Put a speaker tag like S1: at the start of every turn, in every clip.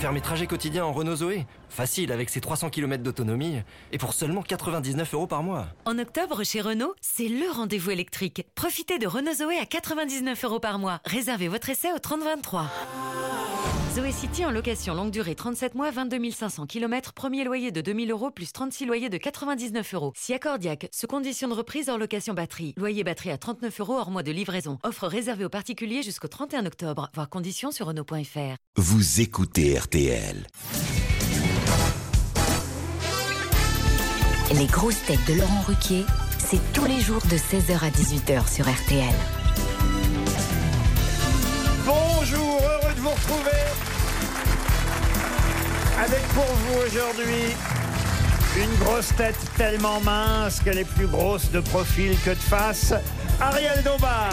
S1: Faire mes trajets quotidiens en Renault Zoé Facile avec ses 300 km d'autonomie et pour seulement 99 euros par mois.
S2: En octobre, chez Renault, c'est le rendez-vous électrique. Profitez de Renault Zoé à 99 euros par mois. Réservez votre essai au 3023. Zoé City en location longue durée 37 mois, 22 500 km, premier loyer de 2000 euros plus 36 loyers de 99 euros. Si accordiaque, sous condition de reprise hors location batterie. Loyer batterie à 39 euros hors mois de livraison. Offre réservée aux particuliers jusqu'au 31 octobre. Voir conditions sur Renault.fr.
S3: Vous écoutez RTL.
S4: Les grosses têtes de Laurent Ruquier, c'est tous les jours de 16h à 18h sur RTL.
S5: Bonjour, heureux de vous retrouver. Avec pour vous aujourd'hui une grosse tête tellement mince qu'elle est plus grosse de profil que de face, Ariel Dombal.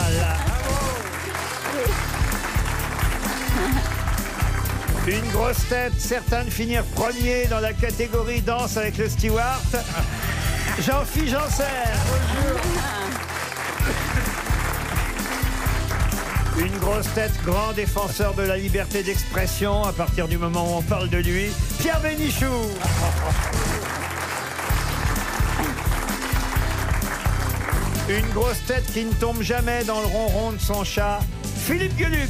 S5: Une grosse tête, certains de finir premier dans la catégorie danse avec le steward. Jean-Philippe Janssen. Une grosse tête, grand défenseur de la liberté d'expression à partir du moment où on parle de lui, Pierre Bénichou. Une grosse tête qui ne tombe jamais dans le ronron de son chat, Philippe Gueluc.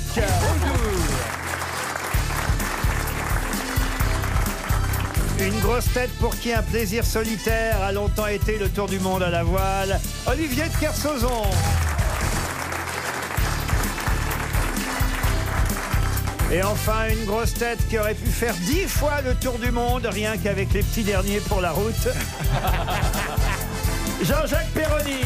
S5: Une grosse tête pour qui un plaisir solitaire a longtemps été le tour du monde à la voile, Olivier de Kersauzon. Et enfin, une grosse tête qui aurait pu faire dix fois le tour du monde, rien qu'avec les petits derniers pour la route. Jean-Jacques Perroni.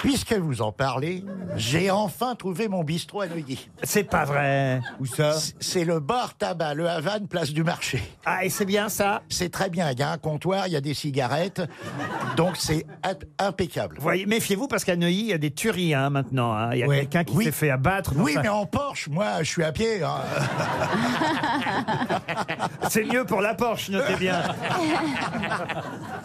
S6: Puisque vous en parlez, j'ai enfin trouvé mon bistrot à Neuilly.
S5: C'est pas vrai.
S7: Où ça
S6: C'est le bar tabac, le Havane, place du marché.
S5: Ah, et c'est bien ça.
S6: C'est très bien, il y a un comptoir, il y a des cigarettes, donc c'est ap- impeccable.
S5: Vous voyez, méfiez-vous parce qu'à Neuilly, il y a des tueries hein, maintenant. hein. Il y a
S6: Ouais.
S5: quelqu'un qui
S6: Oui.
S5: s'est fait abattre. Ah
S6: Oui,
S5: Enfin,
S6: mais en Porsche, moi, je suis à pied. hein.
S5: C'est mieux pour la Porsche, notez bien.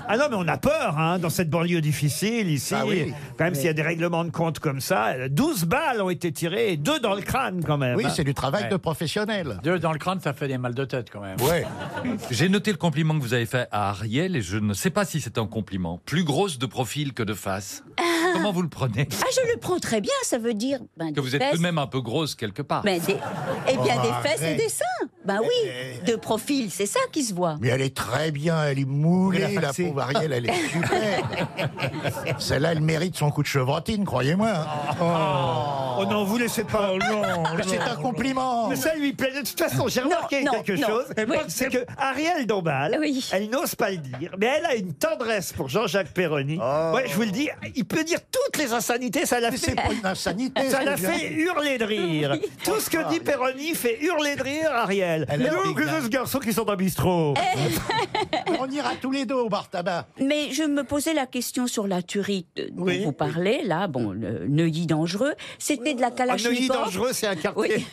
S5: ah non, mais on a peur hein, dans cette banlieue difficile ici.
S6: Ah oui.
S5: Quand même, s'il y a des règlements de compte comme ça, 12 balles ont été tirées et 2 dans le crâne quand même.
S6: Oui,
S5: hein.
S6: c'est du travail de professionnel.
S8: Deux dans le crâne, ça fait des mal de tête quand même.
S6: Ouais.
S7: J'ai noté le compliment que vous avez fait à Ariel et je ne sais pas si c'est un compliment. Plus grosse de profil que de face. Comment vous le prenez
S9: Ah, je le prends très bien, ça veut dire. Ben,
S7: Que vous êtes tout de même un peu grosse quelque part.
S9: Ben, des... Eh bien,
S6: Oh,
S9: des
S6: arrête.
S9: fesses et des seins. Ben oui, de profil, c'est ça qui se voit.
S6: Mais elle est très bien, elle est moulée,
S7: Elle a
S6: la
S7: faxé.
S6: pauvre Ariel, elle est super. Celle-là, elle mérite son coup de chevrotine, croyez-moi. hein.
S5: Ah, Oh non, vous laissez pas.
S6: Mais C'est un compliment.
S5: Mais ça lui plaît. De toute façon, j'ai
S9: Non,
S5: remarqué
S9: non,
S5: quelque
S9: non.
S5: chose.
S9: Oui.
S5: C'est que Ariel Dombal,
S9: Oui.
S5: elle n'ose pas le dire, mais elle a une tendresse pour Jean-Jacques Perroni. Ouais, je vous le dis, il peut dire toutes les insanités, ça l'a
S6: Oh. Mais c'est
S5: fait.
S6: pas une insanité.
S5: Ça
S6: ce
S5: l'a
S6: que je viens
S5: fait
S6: de dire.
S5: hurler de rire. Tout ce que dit Perroni fait hurler de rire Ariel.
S6: Elle a
S5: Nous,
S6: des
S5: que
S6: gars.
S5: ce garçon qui sont dans le bistrot.
S9: Eh,
S6: On ira tous les deux au bar tabac.
S9: Mais je me posais la question sur la tuerie de- dont
S5: Oui.
S9: vous parlez, là, bon, le Neuilly dangereux. C'était de la
S5: Un Neuilly
S9: Kalachnikov.
S5: dangereux, c'est un quartier.
S9: Oui,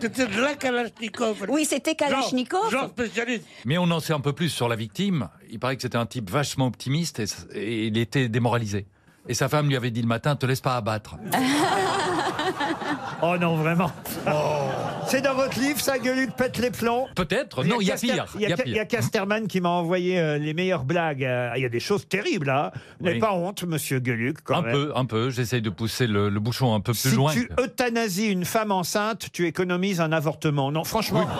S10: C'était de la Kalachnikov.
S9: oui c'était Kalachnikov.
S10: Genre spécialiste.
S7: Mais on en sait un peu plus sur la victime. Il paraît que c'était un type vachement optimiste et, et il était démoralisé. Et sa femme lui avait dit le matin, te laisse pas abattre.
S5: Oh non, vraiment. Oh. C'est dans votre livre, ça gueule, pète les plombs.
S7: Peut-être, Oh non, il y a
S5: Caster-
S7: pire.
S5: Il y a, Ca- il y a Casterman qui m'a envoyé euh, les meilleures blagues. Euh, Il y a des choses terribles, là. Vous n'avez
S7: Oui.
S5: pas honte, monsieur Gueluc, quand
S7: Un
S5: même.
S7: peu, un peu. J'essaye de pousser le, le bouchon un peu plus
S5: Si
S7: loin.
S5: tu euthanasies une femme enceinte, tu économises un avortement. Non, franchement.
S7: Mais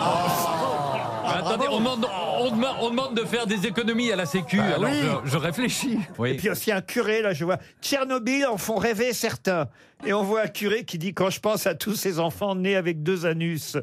S5: Ah,
S7: attendez, on demande, on, demande, on demande de faire des économies à la Sécu. alors je, je réfléchis.
S5: Bah Et puis aussi un curé, là, je vois. Tchernobyl en font rêver certains. Et on voit un curé qui dit Quand je pense à tous ces enfants nés avec deux anus.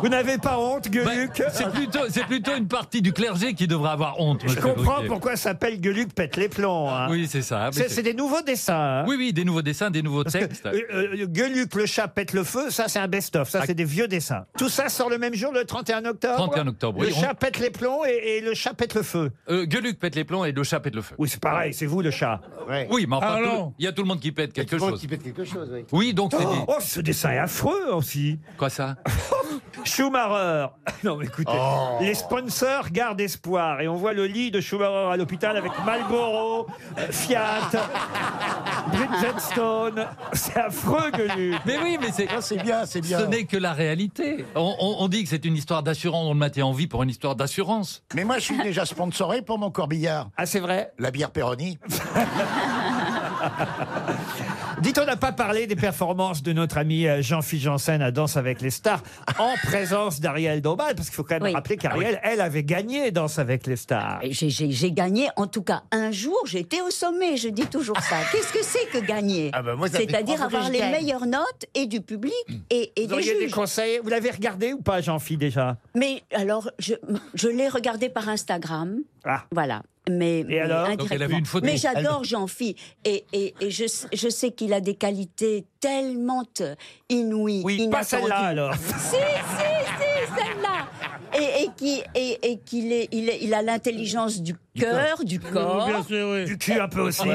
S5: Vous n'avez pas honte,
S7: Bah,
S5: Gueluc
S7: c'est plutôt, c'est plutôt une partie du clergé qui devrait avoir honte.
S5: Je
S7: monsieur
S5: comprends
S7: Ruquier.
S5: pourquoi ça s'appelle Gueluc pète les plombs. hein.
S7: Oui, c'est ça. Mais
S5: C'est
S7: c'est-
S5: c'est des nouveaux dessins. hein.
S7: Oui, oui, des nouveaux dessins, des nouveaux textes.
S5: Euh, euh, Gueuluc, le chat pète le feu, ça c'est un best-of,
S7: Ah.
S5: ça c'est des vieux dessins. Tout ça sort le même jour, le 31 octobre.
S7: 31 octobre,
S5: ah, Le
S7: oui, on-
S5: chat pète les plombs et, et le chat pète le feu.
S7: Euh, Gueuluc pète les plombs et le chat pète le feu.
S5: Oui, c'est pareil, c'est vous le chat.
S7: Oui, mais enfin,
S10: Ah,
S7: tout-
S10: non.
S7: il y a tout le monde qui pète quelque
S6: Faut
S7: chose.
S6: qu'il pète quelque chose, oui.
S7: Oui, donc c'est des-
S5: Oh, ce dessin est affreux aussi.
S7: Quoi ça
S5: Schumacher. Non, mais écoutez, les sponsors gardent espoir. Et on voit le lit de Schumacher à l'hôpital avec Marlboro, euh, Fiat, Bridgestone. C'est affreux, Gueluc.
S7: Mais oui, mais c'est.
S6: C'est bien, c'est bien.
S7: Ce n'est que la réalité. On, on- on dit que c'est une histoire d'assurance, on le matait en vie pour une histoire d'assurance.
S6: Mais moi, je suis déjà sponsoré pour mon corbillard.
S5: Ah, c'est vrai
S6: La bière Peroni.
S5: Dites, on n'a pas parlé des performances de notre ami euh, Jean-Philippe Janssen à Danse avec les stars en présence d'Ariel Dombal, parce qu'il faut quand même
S9: Oui.
S5: rappeler qu'Ariel, elle avait gagné Danse avec les stars.
S9: Et J'ai j'ai- j'ai gagné, en tout cas un jour, j'étais au sommet, je dis toujours ça. Qu'est-ce que c'est que gagner
S6: Ah bah moi, ça fait
S9: C'est-à-dire
S6: trois fois
S9: avoir
S6: que je
S9: les
S6: gagne.
S9: meilleures notes et du public et, et
S5: Vous
S9: des
S5: auriez des
S9: juges.
S5: conseils Vous l'avez regardé ou pas, Jean-Philippe, déjà
S9: Mais alors, je, je l'ai regardé par Instagram,
S5: Ah.
S9: voilà. Mais, mais
S5: alors Donc
S7: elle a vu
S9: indirectement.
S7: une photo.
S9: Mais j'adore Jean-Phi. Et, et, et je, sais- je sais qu'il a des qualités tellement euh, inouïes,
S5: Oui, pas
S9: inattendues.
S5: celle-là, alors.
S9: Si, si, si, celle-là. Et, et qui et, et qu'il est, il, est- il a l'intelligence du cœur, du corps.
S10: Bien sûr, oui.
S5: Du cul un peu aussi.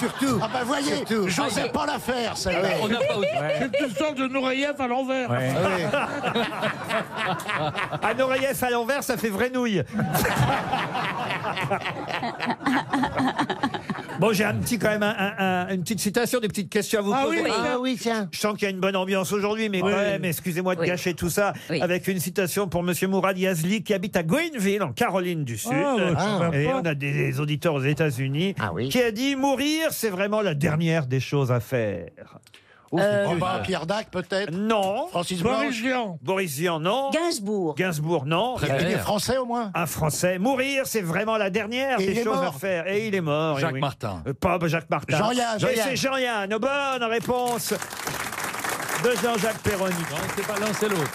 S6: Surtout. Ah bah voyez, j'osais pas la faire, celle-là.
S7: On n'a pas.
S10: Tu sors de Nourayev à l'envers.
S5: Un oreillesse à l'envers, ça fait vraie nouille. bon, j'ai un petit, quand même, un- un- un- une petite citation, des petites questions à vous
S10: Ah
S5: poser.
S10: oui,
S9: Ah
S10: oui, tiens.
S5: Je sens qu'il y a une bonne ambiance aujourd'hui, mais quand même, excusez-moi de
S2: Oui.
S5: gâcher tout ça
S2: Oui.
S5: avec une citation pour Monsieur Mourad Yazli qui habite à Greenville, en Caroline du Sud.
S2: Ah,
S5: et on a des, des auditeurs aux États-Unis qui a dit Mourir, c'est vraiment la dernière des choses à faire.
S6: En bas, Pierre Dac,
S5: euh,
S6: peut-être
S5: Non.
S6: Francis
S10: Boris
S6: Blanche
S10: Vian.
S5: Boris Vian, non.
S9: Gainsbourg.
S5: Gainsbourg, non.
S6: Il est
S7: Préfère.
S6: français, au moins
S5: Un Français. Mourir, c'est vraiment la dernière
S6: Et il
S5: des
S6: est
S5: choses à
S6: mort.
S5: faire. Et il est mort. eh
S7: Jacques
S5: oui.
S7: Martin.
S5: Euh, Pas Jacques Martin.
S6: Jean-Yann,
S5: Mais
S6: Jean-Yann.
S5: c'est Jean-Yann. Bonne réponse de Jean-Jacques Perroni.
S7: Non, c'est pas l'un, c'est l'autre.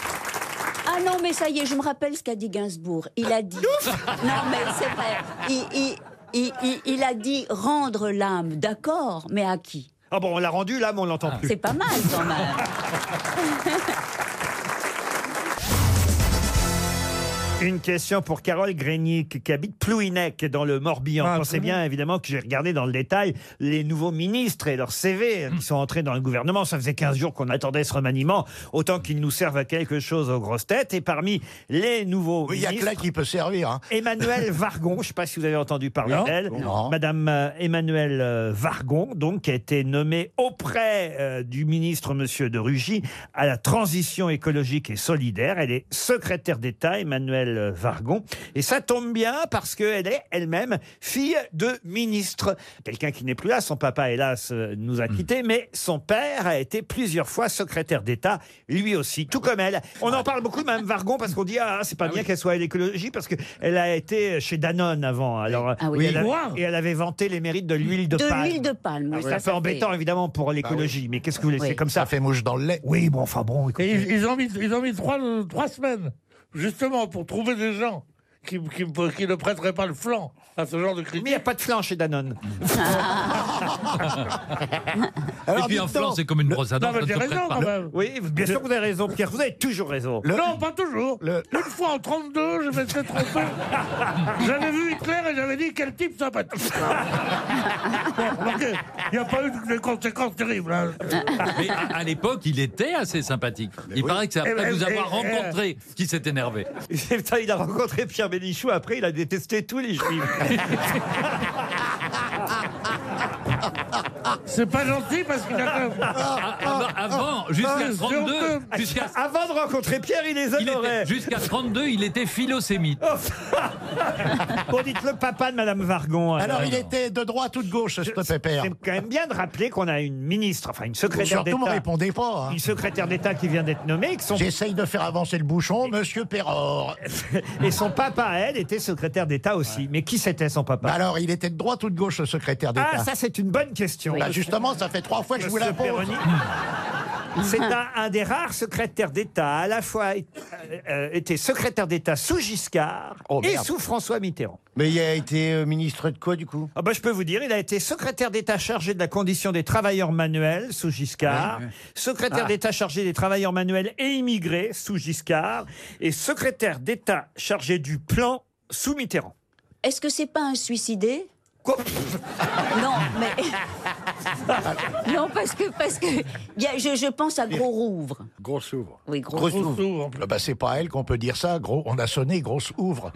S9: Ah non, mais ça y est, je me rappelle ce qu'a dit Gainsbourg. Il a dit. non, mais c'est vrai. Il, il- il- il- il a dit rendre l'âme, d'accord, mais à qui
S5: Ah bon, on l'a rendu, là, mais on
S7: Ah.
S5: l'entend plus.
S9: C'est pas mal quand même.
S5: Une question pour Carole Grenic qui habite Plouinec dans le Morbihan.
S6: Ah,
S5: Pensez bien évidemment que j'ai regardé dans le détail les nouveaux ministres et leurs CV
S7: Hmm.
S5: qui sont entrés dans le gouvernement. Ça faisait 15 jours qu'on attendait ce remaniement, autant qu'ils nous servent à quelque chose aux grosses têtes. Et parmi les nouveaux
S6: Oui, il y a que
S5: ministres,
S6: là qui peut servir. hein.
S5: Emmanuel Vargon, je ne sais pas si vous avez entendu parler
S6: Non.
S5: d'elle,
S6: Non.
S5: Madame euh, Emmanuelle euh, Vargon, donc qui a été nommée auprès euh, du ministre Monsieur de Rugy à la transition écologique et solidaire. Elle est secrétaire d'État, Emmanuelle euh, Vargon, et ça tombe bien parce qu'elle est elle-même fille de ministre, quelqu'un qui n'est plus là. Son papa, hélas, euh, nous a quittés,
S9: Hmm.
S5: mais son père a été plusieurs fois secrétaire d'État, lui aussi, tout comme elle. On en parle beaucoup, Madame Vargon, parce qu'on dit ah c'est pas bien qu'elle soit à l'écologie parce qu'elle a été chez Danone avant. Alors
S9: Ah oui.
S5: et elle, avait,
S10: Wow.
S5: et elle avait vanté les mérites de l'huile de,
S9: De
S5: palme.
S9: l'huile de palme.
S5: Alors,
S9: oui, ça,
S5: c'est un peu
S9: ça fait-
S5: embêtant évidemment pour l'écologie, mais qu'est-ce que vous laissez
S9: Oui.
S5: comme
S6: Ça
S5: ça
S6: fait mouche dans le lait.
S5: Oui, bon, enfin bon. écoutez.
S10: Et ils, ils ont mis, ils ont mis trois, trois semaines, justement, pour trouver des gens qui, qui, qui ne prêteraient pas le flanc à ce genre de
S5: Mais il
S10: critique.
S5: n'y a pas de flanc chez Danone.
S7: Et puis un flanc, c'est comme une brosse à dents.
S10: Non, mais
S7: ça ne
S10: j'ai
S7: se prête
S10: raison
S7: pas.
S10: quand même.
S5: Oui, bien sûr que vous avez raison, Pierre. Vous avez toujours raison.
S6: Le-
S10: Non, pas toujours.
S6: Le-
S10: Une fois en 32, je m'étais trompé. j'avais vu Hitler et j'avais dit quel type ça sympathique. Bon, remarquez, il n'y a pas eu de conséquences terribles. hein.
S7: Mais à à l'époque, il était assez sympathique. Il paraît que c'est
S10: Eh ben,
S7: après vous
S10: eh,
S7: avoir
S10: eh,
S7: rencontré qu'il s'est énervé.
S5: Putain, il a rencontré Pierre Bénichou, après il a détesté tous les juifs.
S10: C'est pas gentil parce qu'il a quand même.
S7: Ah, avant, avant,
S10: ah,
S7: jusqu'à
S10: c'est
S7: 32,
S10: honteux.
S7: jusqu'à
S5: Avant de rencontrer Pierre, il les
S7: il
S5: adorait.
S7: était- jusqu'à 32, il était philosémite.
S10: Ah
S5: Bon, dites le papa de Madame
S11: Ah
S5: Vargon. alors.
S6: Alors, il était de droite ou de gauche, ce pépère
S5: C'est quand même bien de rappeler qu'on a une ministre, enfin une secrétaire
S6: Surtout, ne
S5: d'État.
S6: répondez pas. hein.
S5: Une secrétaire d'État qui vient d'être nommée et que son,
S6: J'essaye de faire avancer le bouchon, monsieur Perror.
S5: et son papa, elle, était secrétaire d'État aussi. Mais qui c'était son
S6: Bah
S5: papa
S6: alors, il était de droite ou de gauche, le secrétaire d'État
S5: ben. Ah, ça, c'est une bonne question.
S6: Bah justement, ça fait trois fois que je vous la
S5: Monsieur
S6: pose.
S5: Perroni. C'est un, un des rares secrétaires d'État, à la fois euh, euh, était secrétaire d'État sous Giscard
S6: Oh,
S5: et
S6: merde.
S5: sous François Mitterrand.
S11: Mais il a été euh, ministre de quoi du coup
S5: Ah bah, je peux vous dire, il a été secrétaire d'État chargé de la condition des travailleurs manuels sous Giscard,
S6: Ah.
S5: secrétaire d'État chargé des travailleurs manuels et immigrés sous Giscard, et secrétaire d'État chargé du plan sous Mitterrand.
S9: Est-ce que c'est pas un suicidé
S5: Quoi
S9: Non, mais Non, parce que, parce que bien, je, je pense à Gros Rouvre.
S6: Gros ouvre.
S9: Oui, gros
S6: ouvre. Ah bah, c'est pas à elle qu'on peut dire ça. Gros, on a sonné, grosse ouvre.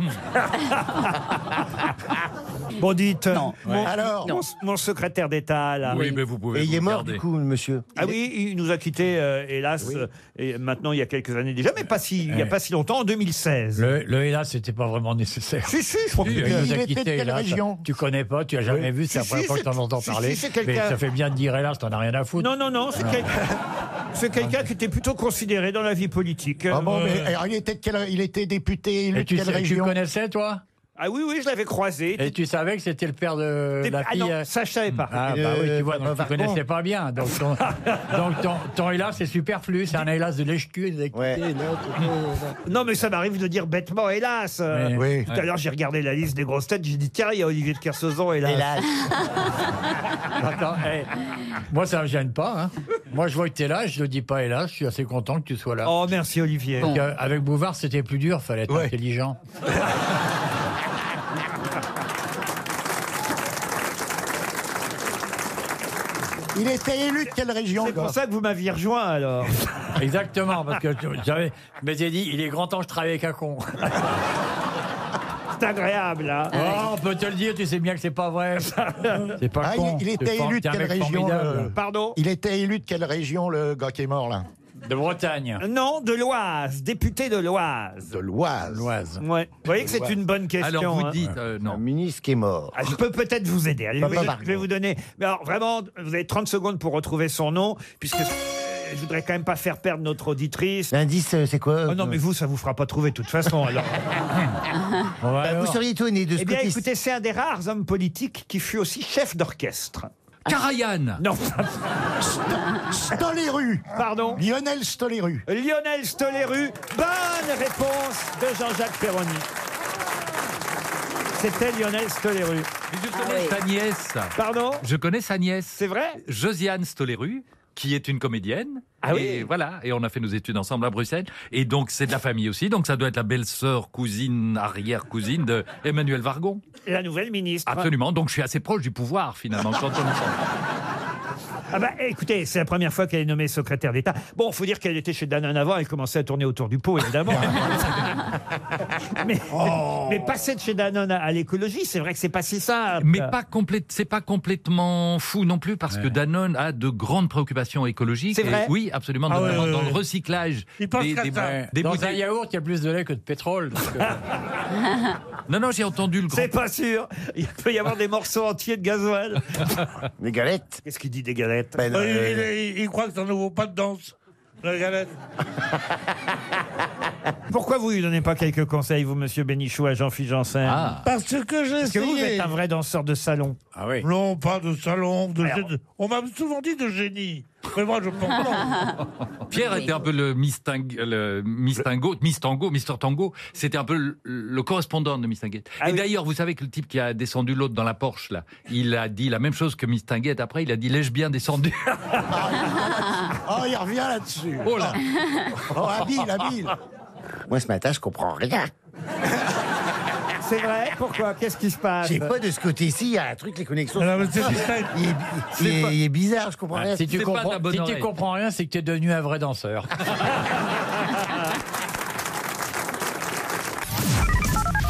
S5: Bon, dites. euh,
S6: Ouais.
S5: Mon,
S6: Alors
S5: mon, mon secrétaire d'État, là.
S7: Oui, mais vous pouvez.
S11: Et il
S7: vous
S11: est mort
S7: garder.
S11: du coup, le monsieur.
S5: Ah oui, il nous a quittés, euh, hélas, euh, et maintenant il y a quelques années déjà, mais pas si, il n'y a pas si longtemps, en 2016.
S8: Eh. Le, le hélas, c'était pas vraiment nécessaire.
S5: Si, si, je crois que
S8: Il
S6: Il
S8: nous a
S6: était de
S8: quittés,
S6: quelle
S8: hélas.
S6: région
S8: Tu connais pas, tu as jamais vu, c'est la
S5: Si,
S8: première
S5: si,
S8: fois que
S5: c'est-
S8: t'en entends
S5: si,
S8: parler.
S5: si, c'est quelqu'un-
S8: mais ça fait bien de dire hélas, t'en as rien à foutre.
S5: Non, non, non, c'est quel-
S8: Ah.
S5: c'est quelqu'un qui était plutôt considéré dans la vie politique.
S6: Ah bon,
S5: Euh,
S6: mais alors, il, était de quelle- il était député élu
S8: Et
S6: de
S8: tu,
S6: quelle
S8: sais- tu
S6: région
S8: connaissais, toi
S5: ah oui, oui, je l'avais croisé.
S8: Et tu savais que c'était le père de la
S5: Ah
S8: fille
S5: non,
S8: euh,
S5: ça je savais pas.
S8: Ah,
S11: Et
S8: bah
S11: le-
S8: oui, tu vois,
S11: Papa
S8: donc tu
S11: Vargon.
S8: connaissais pas bien. Donc ton, donc ton, ton hélas, c'est superflu. C'est un hélas de lèche-cul. de-
S11: Ouais.
S5: Non, mais ça m'arrive de dire bêtement, hélas. euh,
S6: Oui.
S5: Tout à l'heure, j'ai regardé la liste des grosses têtes, j'ai dit, tiens, il y a Olivier de Kersauzon, hélas.
S11: Hélas.
S8: euh, Attends, hey, moi, ça me gêne pas. hein. Moi, je vois que tu es là, je ne dis pas hélas. Je suis assez content que tu sois là.
S5: Oh, merci Olivier.
S8: Parce que Avec Bouvard, c'était plus dur, fallait être
S6: Ouais.
S8: intelligent.
S6: Il était élu de quelle région
S5: C'est pour
S6: Gros
S5: ça que vous m'aviez rejoint alors.
S8: Exactement, parce que je- j'avais, je m'étais dit, il est grand temps que je travaille avec un con.
S5: C'est agréable, hein.
S8: Oh, on peut te le dire, tu sais bien que c'est pas vrai. C'est pas
S6: Ah,
S8: con.
S6: il- il
S8: C'est
S6: était
S8: pas-
S6: élu de
S8: t'es un
S6: quelle
S8: mec
S6: région,
S8: formidable.
S6: euh,
S5: Pardon
S6: Il était élu de quelle région, le gars qui est mort, là
S8: De Bretagne,
S5: Non, de l'Oise, député de l'Oise.
S6: De l'Oise.
S8: l'Oise.
S5: Ouais. Vous voyez que c'est une bonne question.
S7: Alors vous
S5: hein.
S7: dites euh,
S11: Un
S7: non.
S11: ministre qui est mort.
S5: Ah, je peux peut-être vous aider. Allez, je,
S11: Papa
S5: vais,
S11: Margot.
S5: je vais vous donner. Mais alors, vraiment, vous avez 30 secondes pour retrouver son nom, puisque euh, je voudrais quand même pas faire perdre notre auditrice.
S11: L'indice, euh, c'est quoi
S5: Oh non, mais vous, ça vous fera pas trouver de toute façon. Alors.
S8: Bon,
S11: Bah,
S8: alors,
S11: Vous seriez étonné de ce
S5: eh bien,
S11: côté.
S5: écoutez, c'est un des rares hommes politiques qui fut aussi chef d'orchestre.
S11: Ah.
S7: Karajan
S5: Non,
S6: Stoléru
S5: pardon.
S6: Lionel Stoléru.
S5: Lionel Stoléru. Bonne réponse de Jean-Jacques Perroni. C'était Lionel Stoléru.
S7: Mais Je connais
S9: oui.
S7: sa nièce.
S5: Pardon
S7: Je connais sa nièce.
S5: C'est vrai
S7: Josiane Stoléru, qui est une comédienne.
S5: Ah oui
S7: et voilà, et on a fait nos études ensemble à Bruxelles. Et donc, c'est de la famille aussi. Donc, ça doit être la belle-sœur, cousine, arrière-cousine de Emmanuel Vargon.
S5: La nouvelle
S10: Ah.
S5: ministre.
S7: Absolument. Donc, je suis assez proche du pouvoir, finalement, quand on le sent.
S5: Ah bah écoutez, c'est la première fois qu'elle est nommée secrétaire d'État. Bon, faut dire qu'elle était chez Danone avant, elle commençait à tourner autour du pot, évidemment. mais, mais passer de chez Danone à, à l'écologie, c'est vrai que c'est pas si simple.
S7: Mais pas complète, c'est pas complètement fou non plus, parce que Danone a de grandes préoccupations écologiques.
S5: C'est
S7: Et
S5: vrai
S7: oui, absolument,
S10: Ah ouais,
S7: notamment
S10: ouais,
S7: dans
S10: ouais.
S7: le recyclage
S10: Il pense
S7: des,
S10: qu'à
S7: des-
S10: ça.
S7: des
S8: Dans un
S7: bouteilles.
S8: yaourt, il y a plus de lait que de pétrole. donc, euh,
S7: Non, non, j'ai entendu le grand
S5: C'est pas sûr. Il peut y avoir des morceaux entiers de gasoil.
S11: Les galettes.
S5: Qu'est-ce qu'il dit des galettes
S11: Ben,
S10: Il,
S11: euh,
S10: il- il- il croit que ça ne vaut pas de danse. La galette.
S5: Pourquoi vous lui donnez pas quelques conseils, vous, monsieur Bénichou, à Jean-Philippe Janssen
S7: Ah,
S10: Parce que j'ai
S5: Parce que vous
S10: essayé.
S5: êtes un vrai danseur de salon.
S8: Ah oui.
S10: Non, pas de salon. de-
S5: Alors-
S10: On m'a souvent dit de génie. Mais moi, je pense non.
S7: Pierre était un peu le mistingue, le mistingo, mistango, Mister Tango. C'était un peu le, le correspondant de Mistinguette.
S5: Ah
S7: et
S5: oui.
S7: d'ailleurs, vous savez que le type qui a descendu l'autre dans la Porsche, là, il a dit la même chose que Mistinguette. Après, il a dit l'ai-je bien descendu
S6: Oh, il revient là-dessus.
S7: Oh là
S6: Oh, habile, habile.
S11: Moi, ce matin, je comprends rien.
S5: C'est vrai Pourquoi Qu'est-ce qui se passe
S11: J'ai pas de ce côté-ci, il y a un truc, les connexions.
S8: Ah,
S10: Alors, mais c'est ça.
S11: Il est, il est-
S7: pas-
S11: il est bizarre, je comprends
S10: Ah,
S11: rien.
S8: Si tu
S7: C'est pas
S8: comprends,
S7: ta bonne
S8: si tu
S7: oreille.
S8: comprends rien, c'est que tu es devenu un vrai danseur.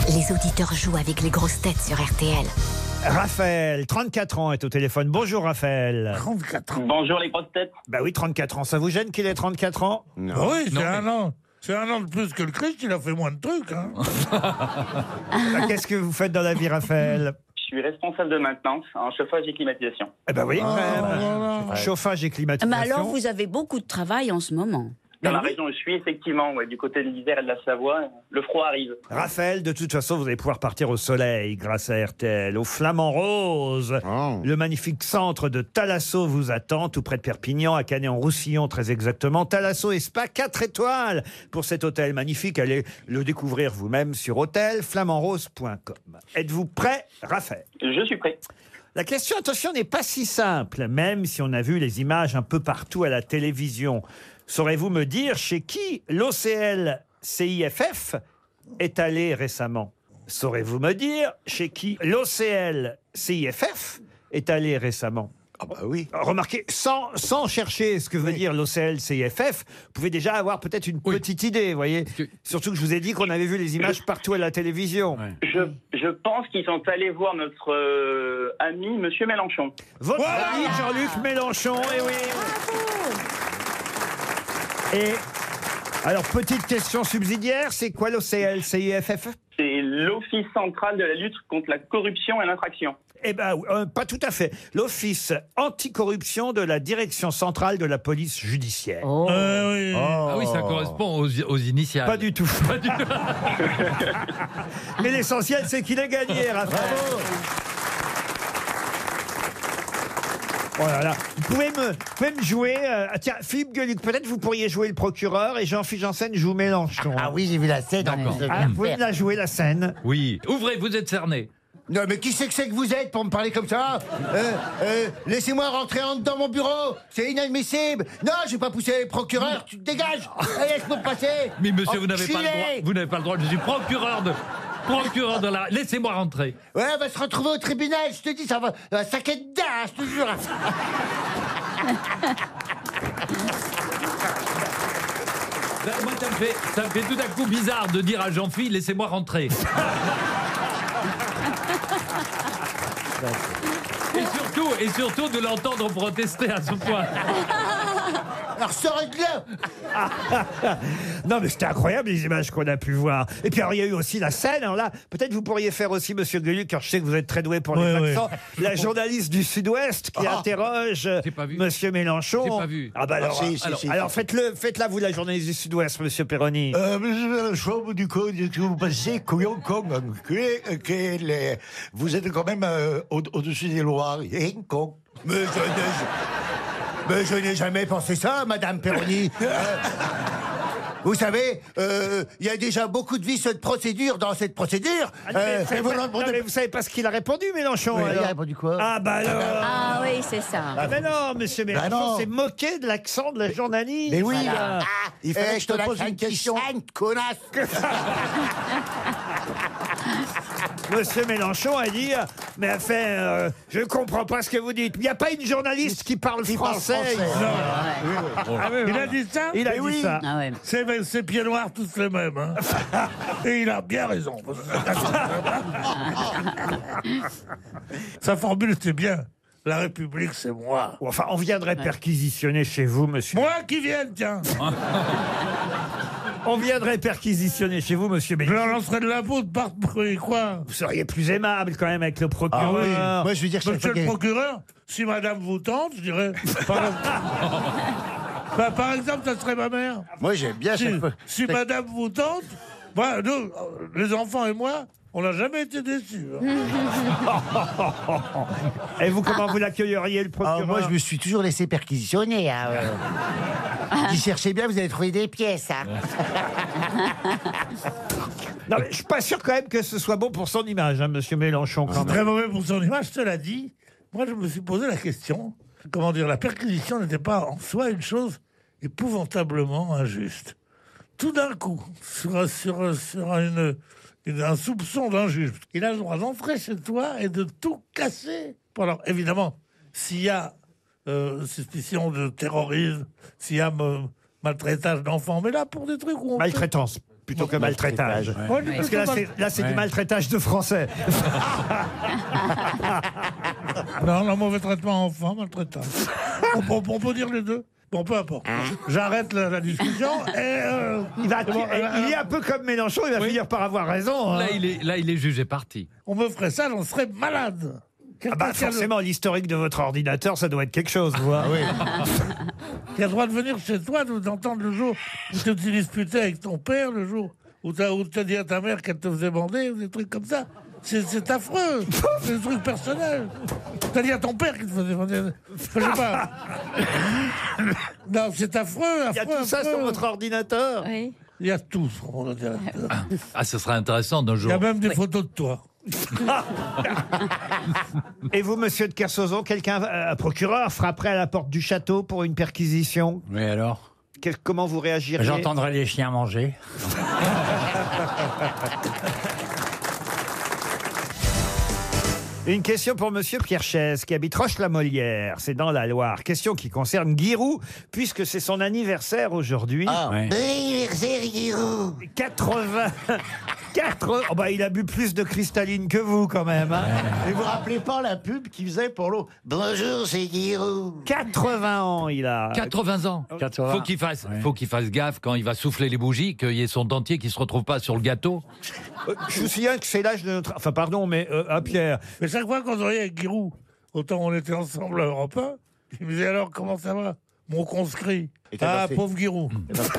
S4: Les auditeurs jouent avec les grosses têtes sur RTL.
S5: Raphaël, 34 ans, est au téléphone. Bonjour, Raphaël.
S12: Bonjour les grosses têtes.
S5: Bah oui, 34 ans. Ça vous gêne qu'il ait 34 ans
S10: Ah oui, c'est
S7: Non, mais-
S10: un an. C'est un an de plus que le Christ, il a fait moins de trucs. hein.
S5: Bah, Qu'est-ce que vous faites dans la vie, Raphaël
S12: Je suis responsable de maintenance en chauffage et climatisation.
S5: Eh ben
S9: Oh,
S5: oui, quand même.
S10: Voilà.
S5: Chauffage et climatisation.
S9: Ah, Mais alors, vous avez beaucoup de travail en ce moment.
S12: Dans la région où je suis, effectivement, ouais, du côté de l'Isère et de la Savoie, le froid arrive.
S5: Raphaël, de toute façon, vous allez pouvoir partir au soleil grâce à RTL, au Flamand Rose.
S11: Oh.
S5: Le magnifique centre de Talasso vous attend, tout près de Perpignan, à Canet-en-Roussillon, très exactement. Talasso et Spa, 4 étoiles pour cet hôtel magnifique. Allez le découvrir vous-même sur hôtelflamandrose.com. Êtes-vous prêt, Raphaël
S12: Je suis prêt.
S5: La question, attention, n'est pas si simple, même si on a vu les images un peu partout à la télévision. Saurez-vous me dire chez qui l'OCL CIFF est allé récemment Saurez-vous me dire chez qui l'OCL CIFF est allé récemment Ah bah oui. Remarquez, sans, sans chercher ce que veut dire l'OCL-CIFF, vous pouvez déjà avoir peut-être une petite idée, vous voyez. Surtout que je vous ai dit qu'on avait vu les images partout à la télévision.
S12: Je, je pense qu'ils sont allés voir notre euh, ami Monsieur Mélenchon.
S5: Votre ami Jean-Luc Mélenchon, et oui. Et alors, petite question subsidiaire, c'est quoi l'OCL-CIFF
S12: C'est l'Office central de la lutte contre la corruption et l'infraction.
S5: Eh ben, euh, pas tout à fait. L'Office anticorruption de la Direction centrale de la police judiciaire.
S7: Euh, oui.
S11: Oh.
S7: Ah oui, ça correspond aux, aux initiales.
S5: Oh. Ah, Pas du tout. Mais l'essentiel, c'est qu'il ait gagné, Raphaël. Oh là là. Vous pouvez me, vous pouvez me jouer. euh, ah tiens, Philippe Gueluc, peut-être vous pourriez jouer le procureur et Jean-Philippe Janssen joue Mélenchon. Ah oui, j'ai vu la scène.
S7: D'accord.
S10: Ah.
S5: vous pouvez me la jouer, la scène.
S7: Oui. Ouvrez, vous êtes cerné.
S11: Non, mais qui c'est que c'est que vous êtes pour me parler comme ça Euh, euh, Laissez-moi rentrer en- dans mon bureau, c'est inadmissible. Non, je vais pas pousser, procureur, tu te dégages. Allez, Laisse-moi passer.
S7: Mais
S5: Oh,
S7: monsieur, vous n'avez pas le
S11: Enculé.
S7: droit. Vous n'avez pas le droit. Je suis procureur de procureur de la. Laissez-moi rentrer.
S11: Ouais, on va se retrouver au tribunal, je te dis, ça va, ça va saquer dedans, hein, je te jure.
S7: Là, Ben, moi, ça me fait, ça me fait tout à coup bizarre de dire à Jean-Philippe, laissez-moi rentrer. et surtout, et surtout de l'entendre protester à ce point.
S11: Alors, sortez de là
S5: non, mais c'était incroyable les images qu'on a pu voir. Et puis, alors, il y a eu aussi la scène. Alors là, peut-être vous pourriez faire aussi, monsieur Gueluc, car je sais que vous êtes très doué pour les
S13: Ouais,
S5: accents,
S13: ouais.
S5: la journaliste du Sud-Ouest qui
S13: Ah.
S5: interroge euh, monsieur Mélenchon.
S13: J'ai pas vu.
S5: Ah, bah
S13: Ah,
S5: alors,
S13: si, si,
S5: alors,
S13: si, si.
S5: alors, faites-le, faites-la, vous, la journaliste du Sud-Ouest, monsieur Perroni.
S13: Euh, monsieur Mélenchon, du coup, du coup, vous pensez couillon con, enculé, euh, que les- vous êtes quand même euh, au- au-dessus des lois, rien con.
S11: Mais je n'ai- mais je n'ai jamais pensé ça, Madame Perroni. Euh, vous savez, euh, il y a déjà beaucoup de vices de procédure dans cette procédure.
S5: Ah, non, mais
S11: Euh,
S5: vous savez
S11: et vous
S5: pas-
S11: leur demandez-
S5: non, mais vous savez pas ce qu'il a répondu, Mélenchon.
S11: Oui, il a
S5: alors.
S11: répondu quoi
S5: Ah, bah alors.
S9: Ah oui, c'est ça.
S5: Ah, mais non, monsieur
S11: Bah
S5: Mélenchon
S11: non.
S5: s'est moqué de l'accent de la journaliste.
S11: Mais oui,
S5: Voilà. Ah,
S11: euh,
S5: il
S11: eh,
S5: fallait que je te
S11: la
S5: pose une
S11: craque qui
S5: question. Ah,
S11: saigne, connasse.
S5: Monsieur Mélenchon a dit, euh, mais a fait, euh, je comprends pas ce que vous dites. Il n'y a pas une journaliste qui parle français. ici. Ah oui,
S10: Oh. il
S5: voilà.
S10: a dit ça
S5: Il a dit ça.
S9: Ah
S10: C'est c'est pieds noirs tous les mêmes. hein. Et il a bien raison. Sa formule, c'est bien. La République, c'est moi.
S5: Ou Enfin, on viendrait perquisitionner chez vous, monsieur.
S10: Moi qui vienne, tiens.
S5: On viendrait perquisitionner chez vous, monsieur
S10: Je
S5: Mélenchon.
S10: leur lancerai de la poudre par bruit, quoi.
S5: Vous seriez plus aimable quand même avec le procureur.
S10: Moi, je veux dire, Monsieur le procureur, si madame vous tente, je dirais. Par, Bah, par exemple, ça serait ma mère.
S11: Moi, j'aime bien
S10: Si,
S11: chaque fois-
S10: si madame vous tente, bah, nous, euh, les enfants et moi, on n'a jamais été déçus. hein.
S5: Et vous, comment vous l'accueilleriez, le procureur
S11: Ah, Moi, je me suis toujours laissé perquisitionner. hein, euh. Si cherchez bien, vous allez trouver des pièces. hein.
S5: Non, mais je suis pas sûr quand même que ce soit bon pour son image, hein, monsieur Mélenchon.
S11: Ah,
S5: Quand même.
S10: Très mauvais pour son image, cela dit. Moi, je me suis posé la question. Comment dire, la perquisition n'était pas en soi une chose épouvantablement injuste. Tout d'un coup, sur, sur, sur une, une- un soupçon d'injuste, il a le droit d'entrer chez toi et de tout casser. Bon, alors, évidemment, s'il y a euh, suspicion de terrorisme, s'il y a euh, maltraitage d'enfants, mais là, pour des trucs où on peut-
S5: Maltraitance plutôt que maltraitage.
S10: Ouais. Ouais.
S5: Parce que là, c'est, là, c'est
S10: Ouais.
S5: du maltraitage de français.
S10: Non, le mauvais traitement enfant, maltraitant. on, peut- on peut dire les deux. Bon, peu importe.
S5: Hein
S10: J'arrête la, la discussion et. euh,
S5: Il, va,
S10: bon, euh,
S5: il est un peu comme Mélenchon, il va finir par avoir raison. hein.
S7: Là, il est, là, il est jugé parti.
S10: On me ferait ça, j'en serais malade.
S5: Ah
S10: Quelqu'un
S5: bah,
S10: qui a le-
S5: forcément, l'historique de votre ordinateur, ça doit être quelque chose, vous hein. voyez.
S10: qui a le droit de venir chez toi, de- d'entendre le jour où tu t'es disputé avec ton père, le jour où t'as où t'as dit à ta mère qu'elle te faisait bander, ou des trucs comme ça. C'est- C'est affreux, c'est des trucs personnels. T'as dit à ton père qu'il te faisait bander. Enfin, Je sais pas. Non, c'est affreux, affreux.
S5: Il y a tout ça
S10: affreux.
S5: sur votre ordinateur.
S10: Il y a tout sur mon ordinateur.
S7: Ah, ce serait intéressant d'un
S10: Il
S7: jour.
S10: y a même des photos de toi.
S5: Et vous, monsieur de Kersozon, quelqu'un, euh, un procureur, frapperait à la porte du château pour une perquisition
S14: Oui, alors
S5: Qu'est- Comment vous réagiriez
S14: J'entendrai les chiens manger.
S5: Une question pour Monsieur Pierre Chaise, qui habite Roche-la-Molière, c'est dans la Loire. Question qui concerne Giroud, puisque c'est son anniversaire aujourd'hui. Ah,
S14: Anniversaire Giroud.
S5: 80... 4... Oh bah, il a bu plus de cristalline que vous, quand même. hein.
S13: Et vous rappelez pas la pub qu'il faisait pour l'eau Bonjour, c'est Giroud.
S5: 80 ans, il a.
S7: 80 Ah, ans. Faut qu'il fasse, faut qu'il fasse gaffe quand il va souffler les bougies, qu'il y ait son dentier qui se retrouve pas sur le gâteau.
S5: Euh, Je vous signale que c'est l'âge de notre. Enfin, pardon, mais euh, à Pierre.
S10: Mais chaque fois qu'on se voyait avec Giroud, autant on était ensemble à Europe 1, il me disait alors comment ça va Mon conscrit.
S8: Et t'as
S10: Ah,
S8: passé.
S10: pauvre Giroud.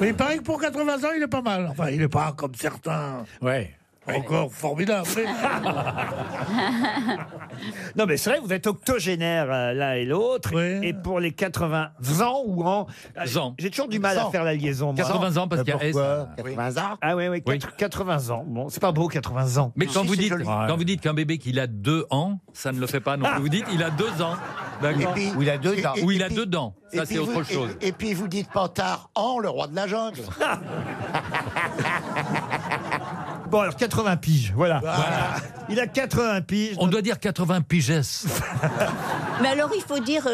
S10: Mais il paraît que pour 80 ans, il est pas mal. Enfin, il est pas comme certains.
S8: Ouais.
S10: Encore formidable. mais-
S13: Ah,
S5: Non, mais c'est vrai, vous êtes octogénaire euh, l'un et l'autre. Et pour les 80 ans ou en. J'ai toujours du mal à
S7: Cent.
S5: faire la liaison. moi.
S7: 80 ans, parce qu'il y a S. Pourquoi
S5: 80 ans Ah oui, oui, quatre- 80 ans. Bon, c'est pas beau, 80 ans.
S7: Mais quand,
S5: Si,
S7: vous,
S5: c'est
S7: dites,
S5: joli.
S7: quand vous dites qu'un bébé qu'il a deux ans, ça ne le fait pas non plus. Vous dites il a deux ans.
S13: Et puis-
S7: Ou il a
S13: et- et-
S7: Ou
S13: et
S7: il a
S13: puis-
S7: deux dents.
S13: et
S7: Ça,
S13: puis
S7: c'est
S13: vous-
S7: autre chose.
S13: Et, et puis vous dites Pantard, en le roi de la jungle.
S5: Bon, alors 80 piges, voilà. Il a 80 piges.
S7: On doit dire 80 pigesses.
S9: Mais alors, il faut dire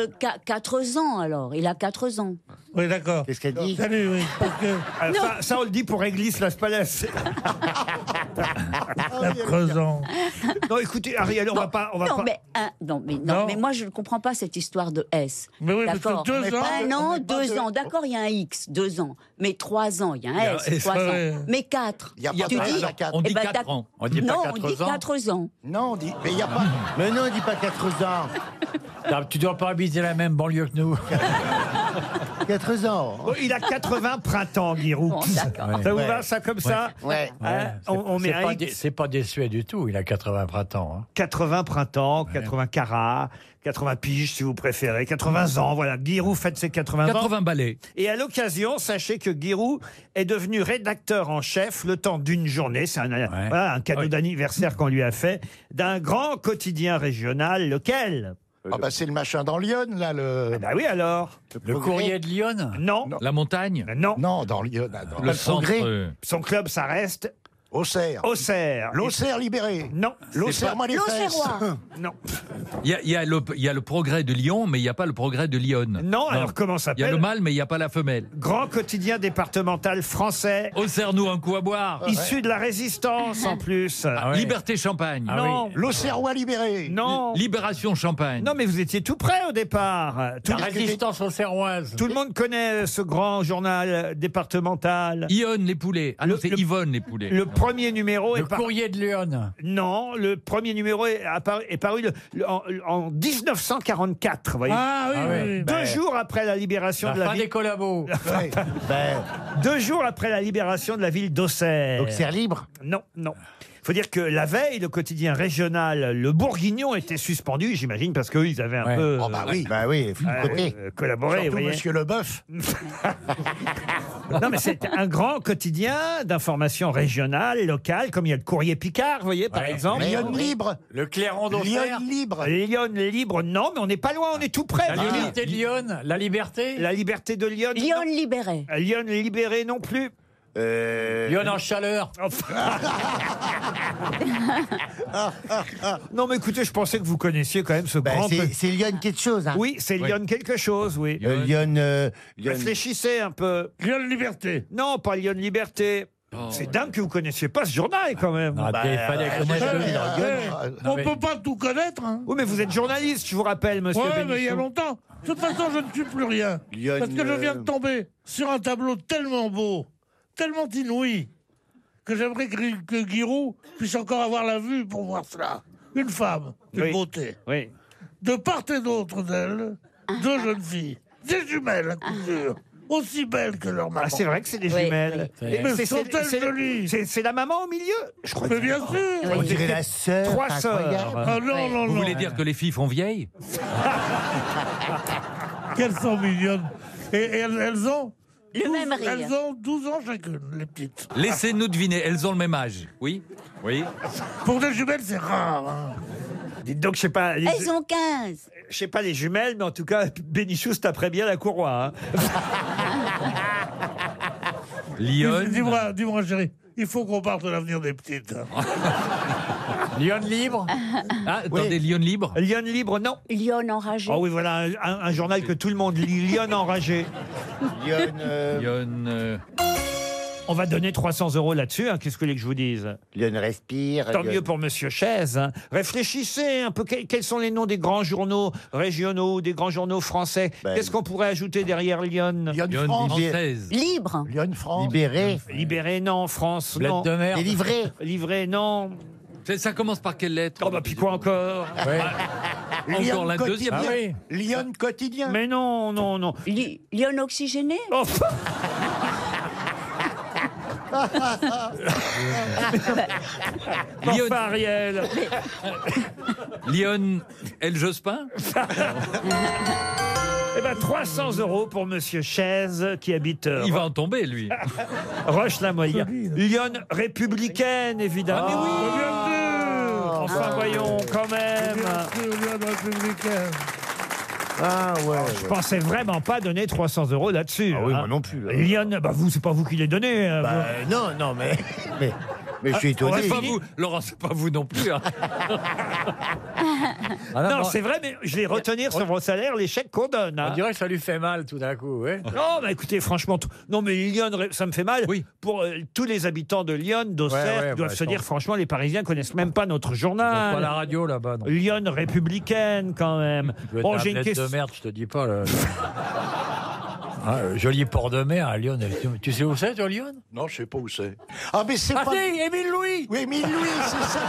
S9: 4 ans, alors. Il a 4 ans.
S10: Oui, d'accord. Qu'est-ce qu'elle dit Salut, oui. parce que-
S5: Alors, ça, ça, on le dit pour Église Las Palais.
S13: Ah,
S10: présent.
S5: Non, écoutez, Ariel, on
S9: Bon,
S5: va pas. On va
S9: non,
S5: pas-
S9: Mais, hein, non, mais, non,
S5: Non.
S9: mais moi, je ne comprends pas cette histoire de S.
S5: Mais oui, parce que
S9: d'accord.
S5: deux On met ans- pas de-
S9: Un
S5: on
S9: an,
S5: met pas
S9: deux
S5: de-
S9: ans, d'accord, il y a un X, deux ans. Mais trois ans, il y a
S7: Il y a
S9: un
S7: un
S9: S,
S7: S,
S9: trois
S7: ouais.
S9: ans. Mais quatre.
S7: Il y a pas
S9: tu
S7: de-
S9: dis,
S7: on
S9: eh
S7: dit
S9: ben,
S7: quatre
S9: t'as-
S7: ans. On dit pas
S9: non,
S7: quatre
S9: on dit
S7: ans.
S9: quatre ans.
S13: Non, on dit. Mais il n'y a pas. Mais non, on dit pas 80 ans.
S8: Non, tu dois pas habiter la même banlieue que nous.
S13: 80 ans.
S5: Bon, Oh, il a 80 printemps, Giroud.
S8: Ouais.
S5: ça vous va, ça, comme ça Hein,
S8: C'est-
S5: on, on met
S8: c'est
S5: un
S8: pas
S5: X.
S8: dé- C'est pas déçu du tout, il a 80 printemps. hein.
S5: 80 printemps, 80 carats, 80 piges si vous préférez, 80 ans, voilà. Giroud fête ses 80, ans.
S7: 80 balais.
S5: Et à l'occasion, sachez que Giroud est devenu rédacteur en chef le temps d'une journée. C'est un, voilà, un cadeau d'anniversaire qu'on lui a fait d'un grand quotidien régional, lequel
S13: Ah bah c'est le machin dans Lyon, là, le...
S5: bah oui, alors
S13: Le courrier
S8: de Lyon
S5: Non. Euh,
S7: La montagne
S5: Non.
S13: Non, dans Lyon. là, dans-
S5: Le centre, Oh. euh. Son club, ça reste...
S13: Auxerre.
S5: Auxerre.
S13: L'Auxerre libéré.
S5: Non.
S13: L'Auxerre mal les fesses.
S5: Non.
S7: Il y, a, il y a le, il y a le progrès de Lyon, mais il n'y a pas le progrès de Lyon. Non,
S5: alors comment ça
S7: Il y a
S5: s'appelle
S7: le mâle, mais il n'y a pas la femelle.
S5: Grand quotidien départemental français.
S7: Auxerre-nous un coup à
S8: Ah
S7: boire.
S5: Issu de la résistance en plus.
S7: Ah Liberté Champagne.
S8: Ah
S5: Non.
S13: L'Auxerrois libéré.
S5: Ah Non.
S7: Libération Champagne.
S5: Non, mais vous étiez tout près au départ. Tout
S8: La résistance auxerroise.
S5: Tout le monde connaît ce grand journal départemental.
S7: Yonne les poulets. Ah non, c'est Yvonne les poulets.
S5: Le premier numéro
S7: Le
S5: est
S7: courrier
S8: de Lyon.
S5: Non, le premier numéro est, apparu- est paru le- le- en, en 1944, voyez.
S8: Ah oui, Ah oui, oui. oui.
S5: Deux
S8: Ben,
S5: jours après la libération
S8: la
S5: de la
S8: fin
S5: ville.
S8: des collabos.
S5: Deux jours après la libération de la ville d'Auxerre.
S8: Auxerre
S5: libre Non, non. Faut dire que la veille, le quotidien régional Le Bourguignon était suspendu, j'imagine, parce qu'eux, ils avaient un peu.
S13: Oh bah
S5: euh,
S13: oui, bah oui, faut
S5: euh,
S13: côté.
S5: euh, collaboré, vous
S13: Surtout
S5: voyez.
S13: Monsieur Leboeuf.
S5: Non, mais c'est un grand quotidien d'information régionale et locale, comme il y a le Courrier Picard, vous voyez, par
S8: Ouais.
S5: exemple.
S8: Lyon
S5: Oui.
S8: libre. Le Clairon d'Auxerre.
S5: Lyon libre. Lyon libre, non, mais on n'est pas loin, on est tout près.
S15: Ah.
S8: La liberté de Lyon, la liberté.
S5: La liberté de Lyon. Euh,
S9: Lyon libéré.
S5: Lyon libéré non plus.
S13: Euh,
S8: Lyon en chaleur.
S5: non, mais écoutez, je pensais que vous connaissiez quand même ce
S13: bah,
S11: Ben,
S5: grand.
S11: c'est-
S5: peu-
S11: c'est Lyon quelque chose. hein.
S5: Oui, c'est Lyon quelque chose, oui.
S11: Euh, Lyon. euh, Lyon-
S5: Réfléchissez un peu.
S10: Lyon Liberté.
S5: Non, pas Lyon Liberté. C'est dingue que vous connaissiez pas ce journal quand même.
S8: Ah, bah, il fallait connaître
S10: Ouais,
S8: le
S10: mais,
S8: Lyon.
S10: euh,
S8: Non,
S10: on
S8: mais-
S10: peut pas tout connaître. hein.
S5: Oui, mais vous êtes journaliste, je vous rappelle, monsieur.
S10: Ouais, mais il y a
S5: Bénichou.
S10: longtemps. De toute façon, je ne suis plus rien.
S11: Lyon,
S10: parce que je viens de
S11: euh,
S10: tomber sur un tableau tellement beau, tellement inouï, que j'aimerais que, que Giroud puisse encore avoir la vue pour voir cela. Une femme, une
S5: Oui.
S10: beauté.
S5: Oui.
S10: De part et d'autre d'elle, deux jeunes filles, des jumelles à coup sûr, aussi belles que leur maman.
S5: Ah, c'est vrai que c'est des
S10: Oui,
S5: jumelles.
S10: oui.
S5: Et
S10: Mais
S5: c'est-
S10: sont-elles
S5: c'est-
S10: jolies
S5: c'est- C'est la maman au milieu Je crois
S10: Mais
S5: que-
S10: bien sûr
S5: On
S10: Oui.
S5: dirait la sœur. Trois sœurs.
S10: Ah non, non,
S7: Vous
S10: non.
S7: voulez dire que les filles font vieilles
S10: Qu'elles sont mignonnes. Et, et elles, elles ont.
S9: Le même rire.
S10: Elles ont 12 ans chacune, les petites.
S7: Laissez-nous deviner, elles ont le même âge. Oui Oui
S10: Pour des jumelles, c'est rare. hein.
S5: Ah, Dites donc, je sais pas.
S10: Eh,
S5: les-
S9: Elles ont 15.
S5: Je sais pas les jumelles, mais en tout cas, Bénichou après bien la courroie. hein.
S7: Lyon.
S10: Dis-moi, dis-moi, chérie, il faut qu'on parle de l'avenir des petites.
S8: Lyon libre
S7: Ah, attendez, Lyon libre
S5: Lyon libre, non.
S9: Lyon enragé.
S5: Oh oui, voilà un, un- un journal que tout le monde lit, Lyon enragé.
S7: Lyon. Lyon. euh,
S5: On va donner 300 euros là-dessus, hein, qu'est-ce que vous voulez que je vous dise
S11: Lyon respire.
S5: Tant
S11: Lyon-
S5: mieux pour Monsieur Chaise. hein. Réfléchissez un peu, que- quels sont les noms des grands journaux régionaux, des grands journaux français
S10: Ben,
S5: Qu'est-ce qu'on pourrait ajouter derrière Lyon
S7: Lyon France. française.
S9: Libre.
S11: Lyon France.
S5: Libéré. Libéré, non. France,
S7: Bled
S5: non.
S7: de mer.
S11: Délivré.
S5: Livré, non.
S7: c'est- Ça commence par quelle lettre
S5: Oh bah puis quoi encore
S7: Ah.
S8: Ah,
S7: Encore la deuxième.
S10: Ah
S5: Lyon quotidien. Mais non, non, non.
S9: Li- Lyon oxygéné
S5: Oh,
S7: Lyon.
S5: Enfin, Ariel.
S7: Lyon El Jospin
S5: Eh ben 300 euros pour Monsieur Chaise qui habite. euh,
S7: Il va en tomber, lui.
S8: Ah,
S5: Roche-la-Moyenne. Lyon républicaine, évidemment. Oh,
S7: Ah, mais oui. Ah.
S5: Enfin, voyons, quand
S7: Oh,
S5: même.
S11: Ah ouais.
S5: Je pensais vraiment pas donner 300 euros là-dessus.
S11: Ah oui,
S5: hein.
S11: moi non plus, hein.
S5: Lyon, bah vous, c'est pas vous qui les donnez. hein,
S11: Bah,
S5: vous.
S11: euh, non, non, mais. Mais, mais je suis
S7: Ah,
S11: étonné.
S7: c'est pas vous, Laurent, c'est pas vous non plus. hein.
S8: Ah,
S5: non,
S8: bon.
S5: c'est vrai, mais je vais retenir sur vos salaires les chèques qu'on donne. hein.
S8: On dirait que ça lui fait mal tout d'un coup. ouais.
S5: Non, mais écoutez, franchement, tout- non, mais Lyon, ça me fait mal. Pour euh, tous les habitants de Lyon, d'Auxerre,
S8: Ouais, ouais,
S5: doivent
S8: bah,
S5: se
S8: attends.
S5: dire, franchement, les Parisiens connaissent même pas notre journal.
S8: Pas la radio là-bas. non.
S5: Lyon républicaine, quand même.
S8: Tu veux
S5: Bon,
S8: être
S5: j'ai
S8: un
S5: une
S8: bled
S5: question.
S8: de merde, je te dis pas. Là. Ah, euh, joli port de mer à Lyon. elle- Tu sais où c'est, toi, Lyon
S13: Non, je sais pas où c'est. Ah, mais c'est
S8: Ah,
S13: pas.
S8: si, Émile Louis
S13: Oui, mais Louis, c'est ça.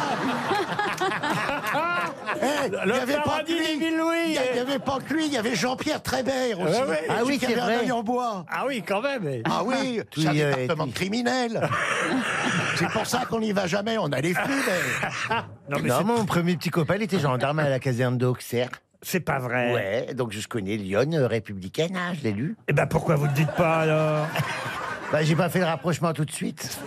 S13: Eh, Il n'y avait pas que
S8: paradis
S13: lui.
S8: d'Émile Louis.
S13: Il y a- il y avait pas que lui, il y avait Jean-Pierre Trébert
S8: Ouais,
S13: aussi.
S8: ouais.
S11: Ah oui,
S13: qui
S11: c'est
S13: avait
S11: vrai.
S13: un œil en bois.
S8: Ah oui, quand même. eh.
S13: Ah oui,
S11: Tout
S13: c'est un
S11: y est,
S13: département
S11: tout.
S13: de criminel. c'est pour ça qu'on n'y va jamais, on a les flux. mais-
S5: Non, mais
S11: Non,
S5: c'est-
S11: mon premier petit copain, il était gendarme à la caserne d'Auxerre.
S5: c'est pas vrai.
S11: Ouais, donc je connais Lyon euh, républicaine, hein, je l'ai lu.
S5: Eh ben, pourquoi vous le dites pas, alors
S11: Bah, j'ai pas fait le rapprochement tout de suite.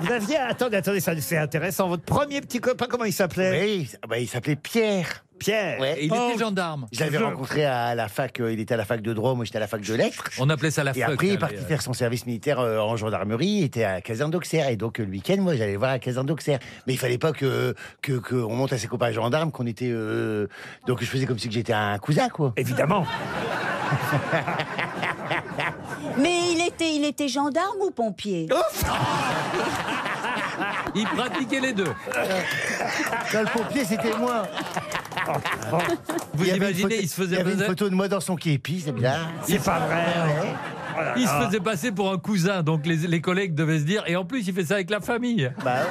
S5: Vous aviez... Attendez, attendez, ça, c'est intéressant. Votre premier petit copain, comment il
S13: Eh.
S5: s'appelait
S11: Oui, bah, il s'appelait Pierre.
S5: Pierre.
S11: Ouais.
S7: Et il
S5: Oh.
S7: était gendarme.
S11: Je l'avais
S5: Je-
S11: rencontré à la fac, euh, il était à la fac de droit, moi j'étais à la fac de lettres.
S7: On appelait ça la
S11: Et
S7: fuck,
S11: après, il
S7: hein,
S11: est parti
S7: les-
S11: faire son service militaire euh, en gendarmerie, il était à la caserne d'Auxerre. Et donc, euh, le week-end, moi, j'allais voir à la caserne d'Auxerre. Mais il fallait pas que que- qu'on monte à ses copains gendarmes, qu'on était. euh, Donc, je faisais comme si que j'étais un cousin, quoi.
S5: Évidemment.
S9: Mais il était, il était gendarme ou pompier
S7: Oh. euh, Il pratiquait les deux.
S11: Quand le pompier, c'était moi.
S7: Vous
S11: Il y avait une
S7: imaginez,
S11: photo-
S7: il se faisait
S11: Il y avait une
S7: passer-
S11: photo de moi dans son képi, c'est bien.
S5: C'est pas vrai. Oh là
S7: il se
S5: là.
S7: faisait passer pour un cousin, donc les, les collègues devaient se dire, et en plus il fait ça avec la famille.
S8: Ah,
S11: Bah,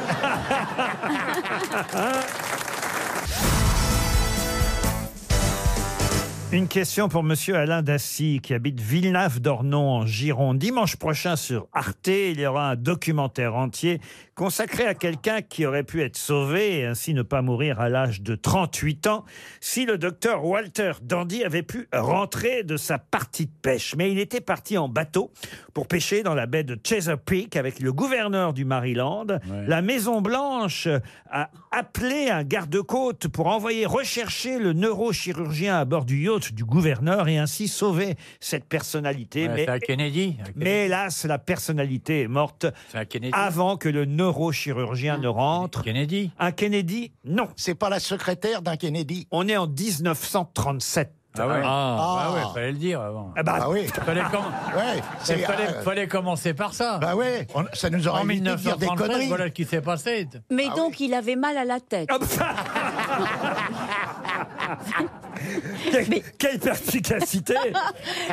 S5: Une question pour Monsieur Alain Dassy, qui habite Villeneuve-d'Ornon, en Gironde. Dimanche prochain sur Arte, il y aura un documentaire entier consacré à quelqu'un qui aurait pu être sauvé et ainsi ne pas mourir à l'âge de 38 ans si le docteur Walter Dandy avait pu rentrer de sa partie de pêche. Mais il était parti en bateau pour pêcher dans la baie de Chesapeake avec le gouverneur du Maryland. La Maison Blanche a appelé un garde-côte pour envoyer rechercher le neurochirurgien à bord du yacht du gouverneur et ainsi sauver cette personnalité.
S8: Ouais,
S5: mais,
S8: c'est à Kennedy. à Kennedy.
S5: mais Ah. hélas, la personnalité est morte
S8: C'est à Kennedy.
S5: avant que le neurochirurgien ne rentre.
S8: Kennedy.
S5: Un Kennedy, non.
S13: C'est pas la secrétaire d'un Kennedy.
S5: On est en 1937.
S8: Ah ouais.
S7: Ah.
S8: Ah, ouais, fallait le dire avant.
S5: Ah bah,
S13: Ah oui,
S8: Fallait, com-
S13: ouais. c'est-
S8: fallait,
S11: euh,
S13: ah,
S8: fallait commencer par ça.
S13: bah ouais, on- ça nous aurait
S8: en
S13: évité de dire des
S8: 1933,
S13: conneries.
S8: voilà ce qui s'est passé.
S9: Mais
S7: Ah
S9: donc il avait mal à la tête.
S5: Ah bah, quelle, quelle perspicacité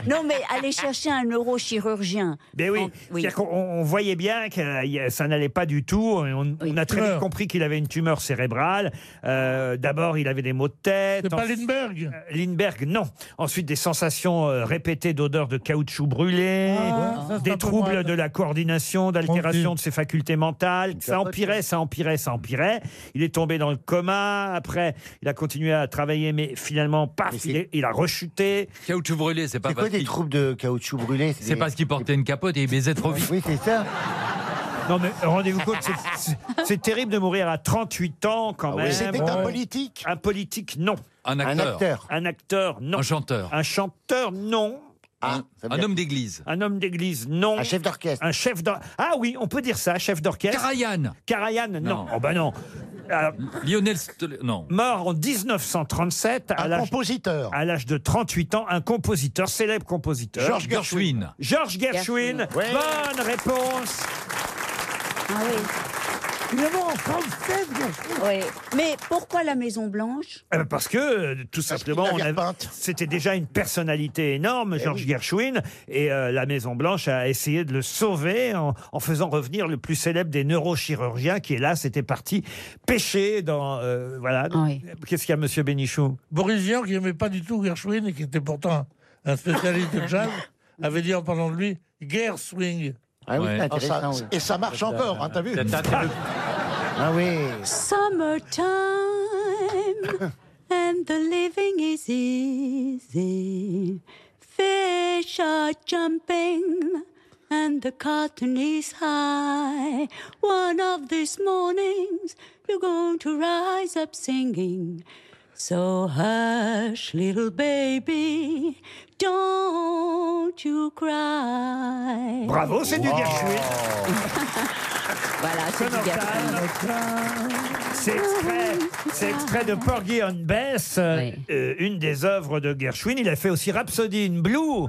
S9: Non, mais aller chercher un neurochirurgien.
S5: Ben oui,
S9: Oh, oui.
S5: C'est-à-dire qu'on- on, voyait bien que euh, y a- ça n'allait pas du tout. et On, on a très vite
S10: Tumeur.
S5: compris qu'il avait une tumeur cérébrale. Euh, D'abord, il avait des maux de tête.
S10: C'est pas
S5: ensuite-
S10: Lindbergh
S5: Euh, Lindbergh, non. Ensuite, des sensations euh, répétées d'odeur de caoutchouc brûlé,
S10: Ah, ouais, ça, c'est
S5: des
S10: un peu
S5: troubles
S10: moins.
S5: de la coordination, d'altération de ses facultés mentales. Ça empirait, ça empirait, ça empirait. Il est tombé dans le coma. Après, il a continué à travailler, mais finalement, paf,
S11: Mais c'est-
S5: il, est- il a rechuté.
S7: Caoutchouc brûlé, c'est pas
S11: c'est quoi
S7: parce
S11: des
S7: qu'il
S11: troupes de caoutchouc brûlé
S7: c'est parce qu'il portait une capote et il baisait trop vite.
S11: Oui, c'est ça.
S5: Non, mais rendez-vous compte, c'est- c'est- c'est terrible de mourir à 38 ans quand même.
S13: C'était un politique.
S5: Un politique, non.
S7: Un
S11: Ben, Un
S7: acteur, Ah,
S11: acteur.
S5: Un acteur, non.
S7: un chanteur.
S5: Un chanteur, non.
S7: un homme d'église.
S5: Un homme d'église, non. Un chef d'orchestre. Un chef d'or- Ah oui, on peut dire ça, chef d'orchestre. Karajan. Karajan, non.
S7: Non.
S5: Oh bah non. Alors,
S7: Lionel Stolé- Non.
S5: Mort en 1937. Un
S11: Ah
S5: compositeur. À l'âge de 38 ans, un compositeur, célèbre compositeur.
S7: George Gershwin.
S5: George Gershwin.
S7: Gershwin. Ouais.
S5: Bonne réponse.
S9: Ah oui.
S10: en français,
S9: Oui. Mais pourquoi la Maison Blanche
S5: Eh ben parce que, euh, tout simplement, on avait- c'était déjà une personnalité énorme, Georges Gershwin, et euh, la Maison-Blanche a essayé de le sauver en, en faisant revenir le plus célèbre des neurochirurgiens qui, hélas, était parti pêcher dans... euh, voilà. Qu'est-ce qu'il y a, monsieur Bénichou
S10: Boris Vian, qui n'aimait pas du tout Gershwin et qui était pourtant un spécialiste de jazz, avait dit en parlant de lui Guerre swing.
S7: Ah oui, Ouais. c'est
S11: Oh,
S7: intéressant,
S10: ça-
S7: oui.
S10: Et ça marche encore, hein, t'as vu
S9: Ah oui. Summertime and the living is easy. Fish are jumping and the cotton is high. One of these mornings you're going to rise up singing. So hush, little baby, don't you cry.
S5: Bravo, c'est du Wow. Gershwin.
S9: voilà, c'est du Gershwin.
S5: C'est extrait, c'est extrait de Porgy and Bess, euh, euh, une des œuvres de Gershwin. Il a fait aussi Rhapsody in Blue.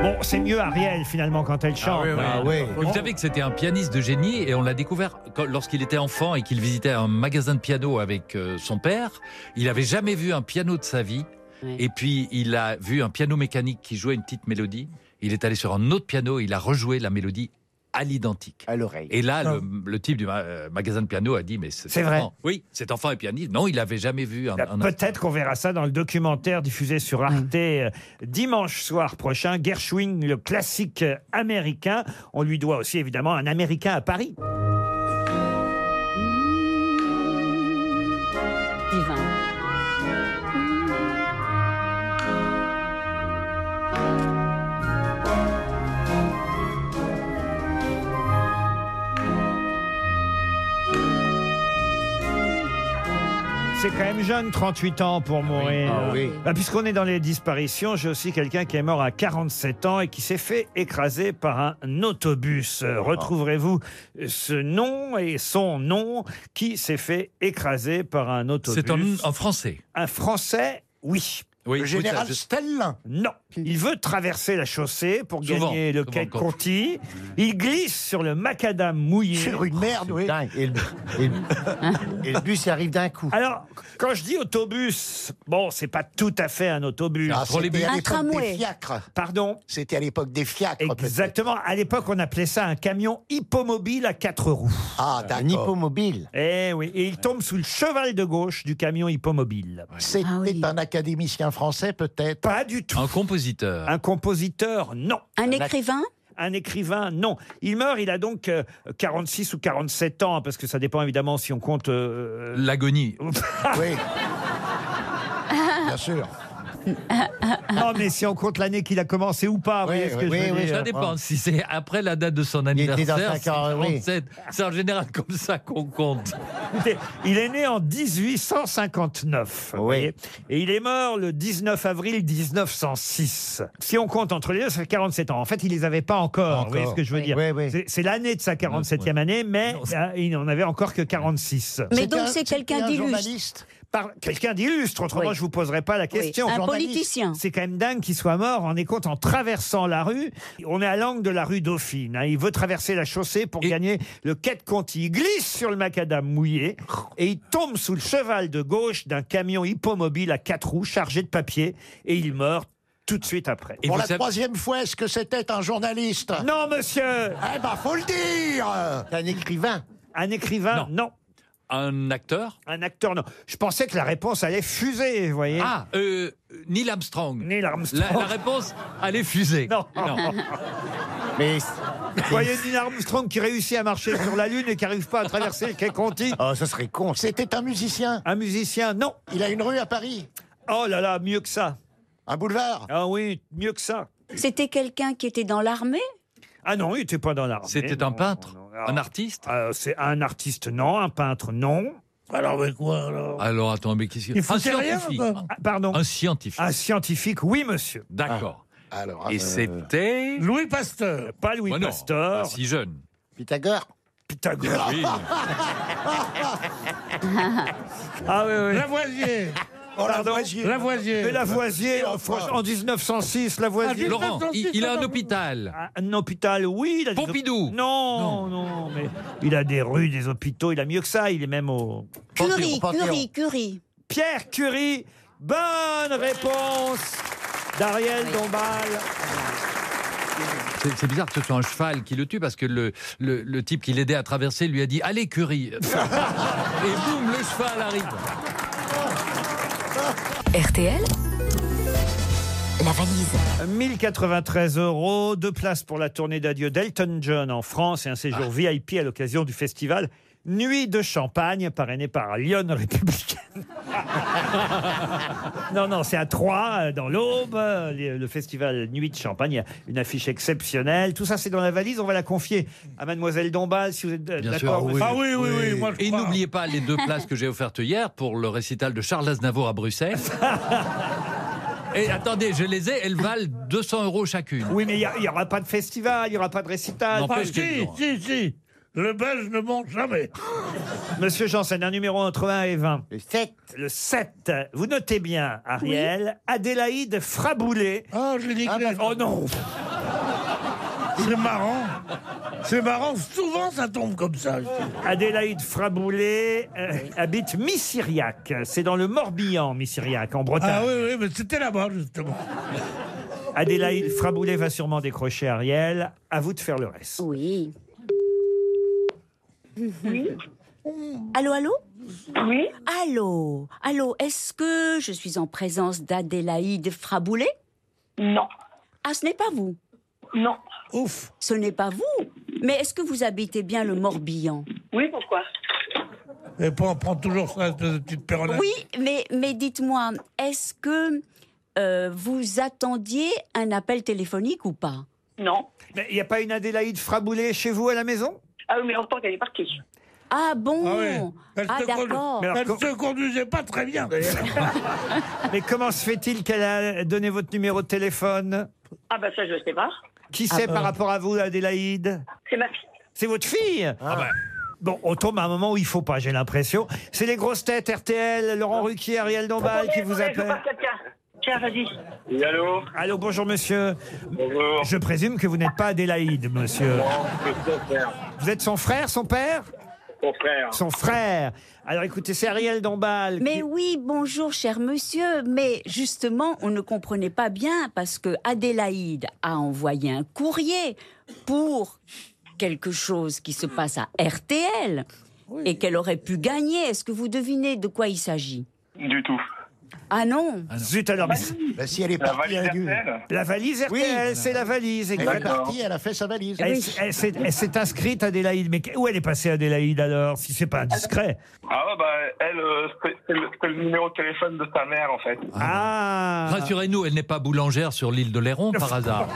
S5: Bon, c'est mieux Ariel finalement quand elle
S10: Ah
S5: chante.
S11: ah
S7: Vous savez que c'était un pianiste de génie et on l'a découvert quand- lorsqu'il était enfant et qu'il visitait un magasin de piano avec euh, son père. Il n'avait jamais vu un piano de sa vie. Et puis il a vu un piano mécanique qui jouait une petite mélodie. Il est allé sur un autre piano et il a rejoué la mélodie à l'identique. À l'oreille. Et là, le, le type du ma- euh, magasin de piano a dit Mais
S5: Ah. C'est vrai.
S7: enfant- Oui, cet enfant est pianiste. Non, il n'avait jamais vu un. un-
S5: Peut-être qu'on verra ça dans le documentaire diffusé sur Arte euh, dimanche soir prochain. Gershwin, le classique euh, américain. On lui doit aussi évidemment un Américain à Paris. C'est quand même jeune, 38 ans pour mourir.
S11: Ah oui.
S5: Bah, Puisqu'on est dans les disparitions, j'ai aussi quelqu'un qui est mort à 47 ans et qui s'est fait écraser par un autobus.
S7: Ah.
S5: Euh, Retrouverez-vous ce nom et son nom qui s'est fait écraser par un autobus
S7: C'est un, un français.
S5: Un Français, oui.
S7: Oui, Le général oui, ça, je-
S5: Stellin Non. Il veut traverser la chaussée pour
S7: Souvent,
S5: gagner le
S7: souvent
S5: quai
S7: quand-
S5: Conti. Il glisse sur le macadam mouillé. Sur une merde, oui.
S11: Et le, et le- et le bus il arrive d'un coup.
S5: Alors, quand je dis autobus, bon, c'est pas tout à fait un autobus.
S11: Ah, c'était à l'époque des
S5: fiacres. Pardon
S11: C'était à l'époque des fiacres.
S5: Exactement. À l'époque, on appelait ça un camion hippomobile à quatre roues.
S11: Ah, d'accord. Un hippomobile.
S5: Eh oui. Et il tombe sous le cheval de gauche du camion hippomobile.
S11: C'était un académicien français, peut-être
S5: Pas du tout.
S7: Un compositeur.
S5: Un compositeur, non.
S9: Un écrivain
S5: un écrivain, non. Il meurt, il a donc euh, 46 ou 47 ans, parce que ça dépend évidemment si on compte... euh,
S7: L'agonie.
S5: oui, sûr. non, mais si on compte l'année qu'il a commencé ou pas, vous voyez ce que je veux dire.
S7: ça dépend. Si c'est après la date de son anniversaire,
S5: dans
S7: c'est
S5: cinq ans, oui.
S7: 47. C'est en général comme ça qu'on compte.
S5: Écoutez, il est né en 1859. vous voyez, et il est mort le 19 avril 1906. Si on compte entre les deux, ça fait 47 ans. En fait, il les avait pas encore. Vous voyez
S11: Encore.
S5: ce que je veux
S11: Oui.
S5: dire
S11: Oui, oui.
S5: C'est- C'est l'année de sa 47e année, mais euh, il n'en avait encore que 46.
S9: Mais donc c'est quelqu'un d'illustre.
S5: Par quelqu'un d'illustre, autrement
S9: Oui.
S5: je vous poserai pas la question.
S9: Un
S5: Journaliste.
S9: politicien.
S5: C'est quand même dingue qu'il soit mort. On est compte en traversant la rue. On est à l'angle de la rue Dauphine. hein. Il veut traverser la chaussée pour gagner le quai de Conti. Il glisse sur le macadam mouillé et il tombe sous le cheval de gauche d'un camion hippomobile à quatre roues chargé de papier et il meurt tout de suite après.
S11: Pour la troisième fois, est-ce que c'était un journaliste
S5: Non, monsieur
S11: Eh ben, faut le dire Hein Un écrivain
S5: Un écrivain, non.
S7: Un acteur
S5: Un acteur, non. Je pensais que la réponse allait fuser, vous voyez.
S7: Ah, euh, Neil Armstrong.
S5: Neil Armstrong.
S7: La, la réponse, elle est fusée.
S5: Non.
S11: Mais.
S5: Vous voyez Neil Armstrong qui réussit à marcher sur la Lune et qui n'arrive pas à traverser le quai Conti
S7: Ah.
S11: Oh, ça serait con. C'était un musicien
S5: Un musicien, non.
S11: Il a une rue à Paris
S5: Oh là là, mieux que ça.
S11: Un boulevard
S5: Ah oui, mieux que ça.
S9: C'était quelqu'un qui était dans l'armée
S5: Ah non, il n'était pas dans l'armée. Euh,
S7: C'était un peintre Un artiste
S5: C'est un artiste, non. Un peintre, non.
S10: Alors, mais quoi, alors
S7: Alors attends, mais qu'est-ce
S5: Il
S7: qu'il Un
S5: foutait rien,
S7: scientifique.
S5: quoi. Ah, Pardon
S7: Un scientifique.
S5: Un scientifique, oui, monsieur.
S7: D'accord.
S5: Ah. Alors,
S7: Et euh, c'était
S10: Louis Pasteur.
S5: Pas Louis
S7: Bah non,
S5: Pasteur.
S7: pas si jeune.
S5: Pythagore. Pythagore.
S7: Oui.
S5: Ah oui, oui.
S10: Lavoisier.
S5: Pardon Ah,
S10: Lavoisier. Lavoisier.
S5: Mais Lavoisier, en, France- en 1906, Lavoisier.
S10: Ah, Laurent, il- il a un
S7: hôpital.
S5: Ah, un hôpital, oui. Il a des hôp-
S7: Pompidou.
S5: Non, non, mais il a des rues, des hôpitaux, il a mieux que ça, il est même au...
S9: Curie, Curie, Curie.
S5: Pierre Curie, bonne réponse d'Ariel Dombal.
S7: C'est c'est bizarre que ce soit un cheval qui le tue parce que le, le, le type qui l'aidait à traverser lui a dit Allez, Curie Et boum, le cheval arrive.
S4: RTL, la valise.
S5: 1093 euros, deux places pour la tournée d'adieu d'Elton John en France et un séjour VIP à l'occasion du festival Nuit de Champagne, parrainé par Lyon Républicaine. non, non, c'est à Troyes, euh, dans l'Aube, euh, le le festival Nuit de Champagne. Il y a une affiche exceptionnelle. Tout ça, c'est dans la valise. On va la confier à Mademoiselle Dombal, si vous êtes euh,
S7: Bien
S5: d'accord.
S7: sûr.
S5: monsieur.
S7: Et n'oubliez pas les deux places que j'ai offertes hier pour le récital de Charles Aznavour à Bruxelles. Et attendez, je les ai, elles valent 200 euros chacune.
S5: Oui, mais il n'y aura pas de festival, il n'y aura pas de récital.
S10: Ah, si, si, si. Le belge ne ment jamais.
S5: Monsieur Janssen, un numéro entre 1 et 20. Le 7. Le 7. Vous notez bien, Ariel. Adélaïde Fraboulé.
S10: Oh, je l'ai dit.
S5: oh non
S10: C'est marrant. C'est marrant. Souvent, ça tombe comme
S11: Ah
S10: ça.
S5: Adélaïde Fraboulé
S10: Ah
S5: euh, habite Missiriac. C'est dans le Morbihan, Missiriac, en Bretagne.
S10: Ah oui, oui, mais c'était là-bas, justement.
S5: Adélaïde Fraboulé va sûrement décrocher Ariel. À vous de faire le reste.
S9: Oui. Allô, allô Oui. Allô, allô, est-ce que je suis en présence d'Adélaïde Fraboulé Non. Ah, ce n'est pas vous Non. Ouf. Ce n'est pas vous Mais est-ce que vous habitez bien le Morbihan
S10: Oui, pourquoi Et puis, on prend toujours ça, cette petite peronnette.
S9: Oui, mais, mais dites-moi, est-ce que euh, vous attendiez un appel téléphonique ou pas
S5: Non. Mais il n'y a pas une Adélaïde Fraboulé chez vous à la maison
S9: Ah oui, mais longtemps qu'elle est partie. Ah bon
S10: Ah, oui.
S9: Ah,
S10: Elle se condu-
S9: d'accord.
S10: Elle se conduisait pas très bien, d'ailleurs.
S5: Mais comment se fait-il qu'elle a donné votre numéro de téléphone
S16: Ah bah ça, je sais pas.
S5: Qui
S16: Ah
S5: c'est
S16: bon
S5: par rapport à vous, Adélaïde
S16: C'est ma fille.
S5: C'est votre fille Bon, on tombe à un moment où il faut pas, j'ai l'impression. C'est les grosses têtes RTL, Laurent Ruquier, Ariel Dombal qui vous appellent.
S16: Tiens, vas-y.
S12: Oui, allô
S5: Allô, bonjour monsieur.
S12: Bonjour.
S5: Je présume que vous n'êtes pas Adélaïde, monsieur. Vous êtes son frère, son père
S12: Mon frère.
S5: Son frère. Alors écoutez, c'est Ariel Dombal.
S9: Mais oui, bonjour cher monsieur, mais justement, on ne comprenait pas bien parce que Adélaïde a envoyé un courrier pour quelque chose qui se passe à RTL et qu'elle aurait pu gagner. Est-ce que vous devinez de quoi il s'agit
S12: Du tout.
S9: Ah non
S5: Zut alors. mais-
S11: Bah,
S13: si elle est
S5: Ah,
S12: La
S13: partie,
S12: valise
S13: elle a dû-
S12: RTL.
S5: La valise RTL,
S13: Oui,
S5: c'est la valise.
S13: Elle est
S5: exactement.
S13: partie, elle a fait sa valise.
S11: Eh
S5: Elle, elle s'est- elle s'est eh, inscrite, Adélaïde. Mais où elle est passée, Adélaïde, alors, si c'est pas indiscret
S12: Ah ouais, bah, elle, euh, c'est- c'est le, c'est le numéro de téléphone de sa mère, en fait.
S5: Ah
S7: Rassurez-nous, elle n'est pas boulangère sur l'île de Léron par hasard.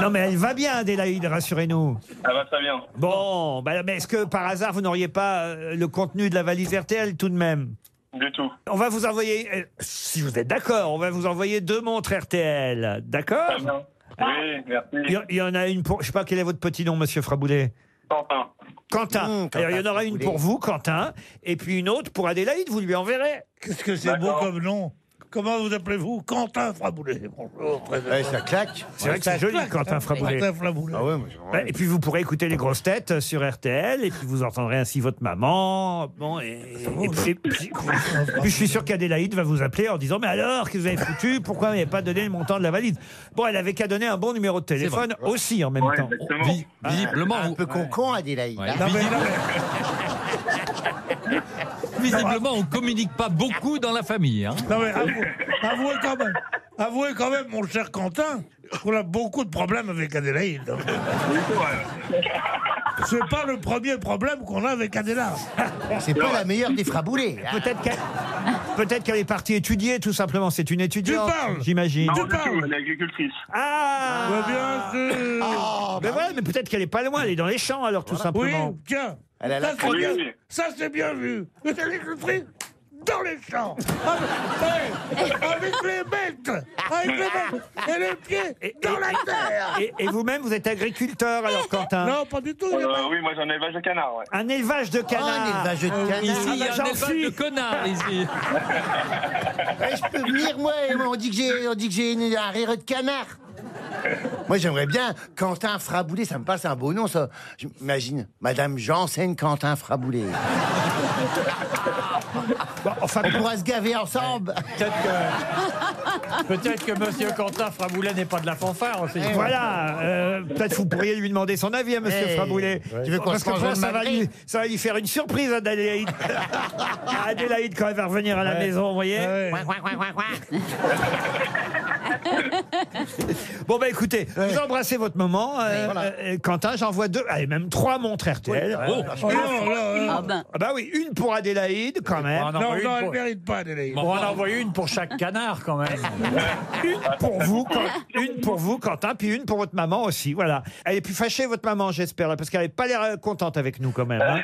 S5: Non, mais elle va bien, Adélaïde, rassurez-nous.
S12: Elle va Ah bah, très bien.
S5: Bon, bah, mais est-ce que par hasard, vous n'auriez pas euh, le contenu de la valise RTL tout de même
S12: Du tout.
S5: On va vous envoyer, euh, si vous êtes d'accord, on va vous envoyer deux montres RTL.
S8: Ah,
S5: D'accord
S12: Très bien.
S5: Ah.
S12: Oui,
S5: il y,
S12: merci.
S5: il y en a une pour. Je sais pas quel est votre petit nom, monsieur Fraboulet.
S12: Quentin.
S10: Mmh,
S5: Quentin. Alors, il y en aura une pour vous, Quentin, et puis une autre pour Adélaïde, vous lui enverrez.
S10: Qu'est-ce que c'est beau comme nom Comment vous appelez-vous Quentin Fraboulé. Bonjour.
S5: ça claque. C'est vrai que
S10: Ça
S5: c'est joli,
S10: claque,
S5: Quentin
S10: hein.
S5: Fraboulé.
S10: Quentin Fraboulé.
S11: Ah
S5: Bah, Et puis vous pourrez écouter les grosses têtes euh, sur RTL, et puis vous entendrez ainsi votre maman. Bon, et, et puis, et puis- puis je suis sûr qu'Adélaïde va vous appeler en disant Mais alors, que vous avez foutu Pourquoi vous n'avez pas donné le montant de la valise Bon, elle avait qu'à donner un bon numéro de téléphone aussi en même temps.
S7: Vi- visiblement,
S5: un peu
S11: con, Adélaïde.
S7: visiblement, on communique pas beaucoup dans la famille. hein.
S10: Non, mais Ah avouez, avouez quand même, avouez quand même, mon cher Quentin, qu'on a beaucoup de problèmes avec Adélaïde. C'est pas le premier problème qu'on a avec Adélaïde.
S11: C'est pas la meilleure des hein. fraboulés.
S5: Peut-être qu'elle Peut-être qu'elle est partie étudier, tout simplement. C'est une étudiante, j'imagine.
S12: Non, du tout, elle est agricultrice.
S5: Ah
S10: Bah,
S5: mais voilà, mais peut-être qu'elle est pas loin, elle est dans les champs, alors, tout simplement.
S10: Oui, tiens.
S5: Elle a la
S10: ça, c'est
S5: croix.
S10: bien, ça, c'est bien vu. Vous avez compris dans les champs, avec, ouais, avec les bêtes, avec les bêtes et les pieds dans la terre.
S5: Et, et vous-même, vous êtes agriculteur, alors, Quentin
S10: Non, pas du tout.
S12: Euh, oui, moi j'ai un élevage de canards, ouais.
S5: Un élevage
S8: Oh,
S5: de
S11: Oh,
S5: canards.
S12: élevage de
S5: Ah,
S12: canards.
S5: bah,
S12: Ici, il y a un
S5: j'en
S12: élevage
S5: suis.
S12: de
S7: Connard, ici.
S11: Eh, je peux venir, moi, et moi, on dit que j'ai, on dit que j'ai une- un rire de canard. Moi, j'aimerais bien Quentin Fraboulé, ça me passe un beau nom, ça. J'imagine, Madame Janssen Quentin Fraboulé. on pourra se gaver ensemble.
S8: Peut-être que Monsieur Quentin Fraboulet n'est pas de la fanfare aussi.
S5: Eh, Voilà, euh, peut-être vous pourriez lui demander son avis à Monsieur
S8: Eh,
S5: Fraboulet.
S8: ouais. Tu veux qu'on
S5: Parce
S8: se
S5: que
S8: mange
S5: je pense
S8: le
S5: que ça va,
S8: malgré
S5: lui, ça va lui faire une surprise, Adélaïde. Adélaïde, quand elle va revenir à la
S8: Ouais.
S5: maison, vous voyez
S8: Ouais.
S5: Bon, bah écoutez, vous embrassez votre maman. euh, euh, Quentin, j'envoie deux, allez, même trois montres RTL.
S10: Oui, ouais. Oh, non, non, non. Ah ben.
S5: Ah bah oui, une pour Adélaïde, quand même.
S8: Ah
S10: non, non, elle mérite pas, Adélaïde.
S5: Bon, on en
S10: envoie une pour chaque canard, quand même.
S5: une pour vous, Quentin- une pour vous, Quentin, puis une pour votre maman aussi. Voilà. Elle est plus fâchée, votre maman, j'espère, là, parce qu'elle n'avait pas l'air euh, contente avec nous, quand même. hein.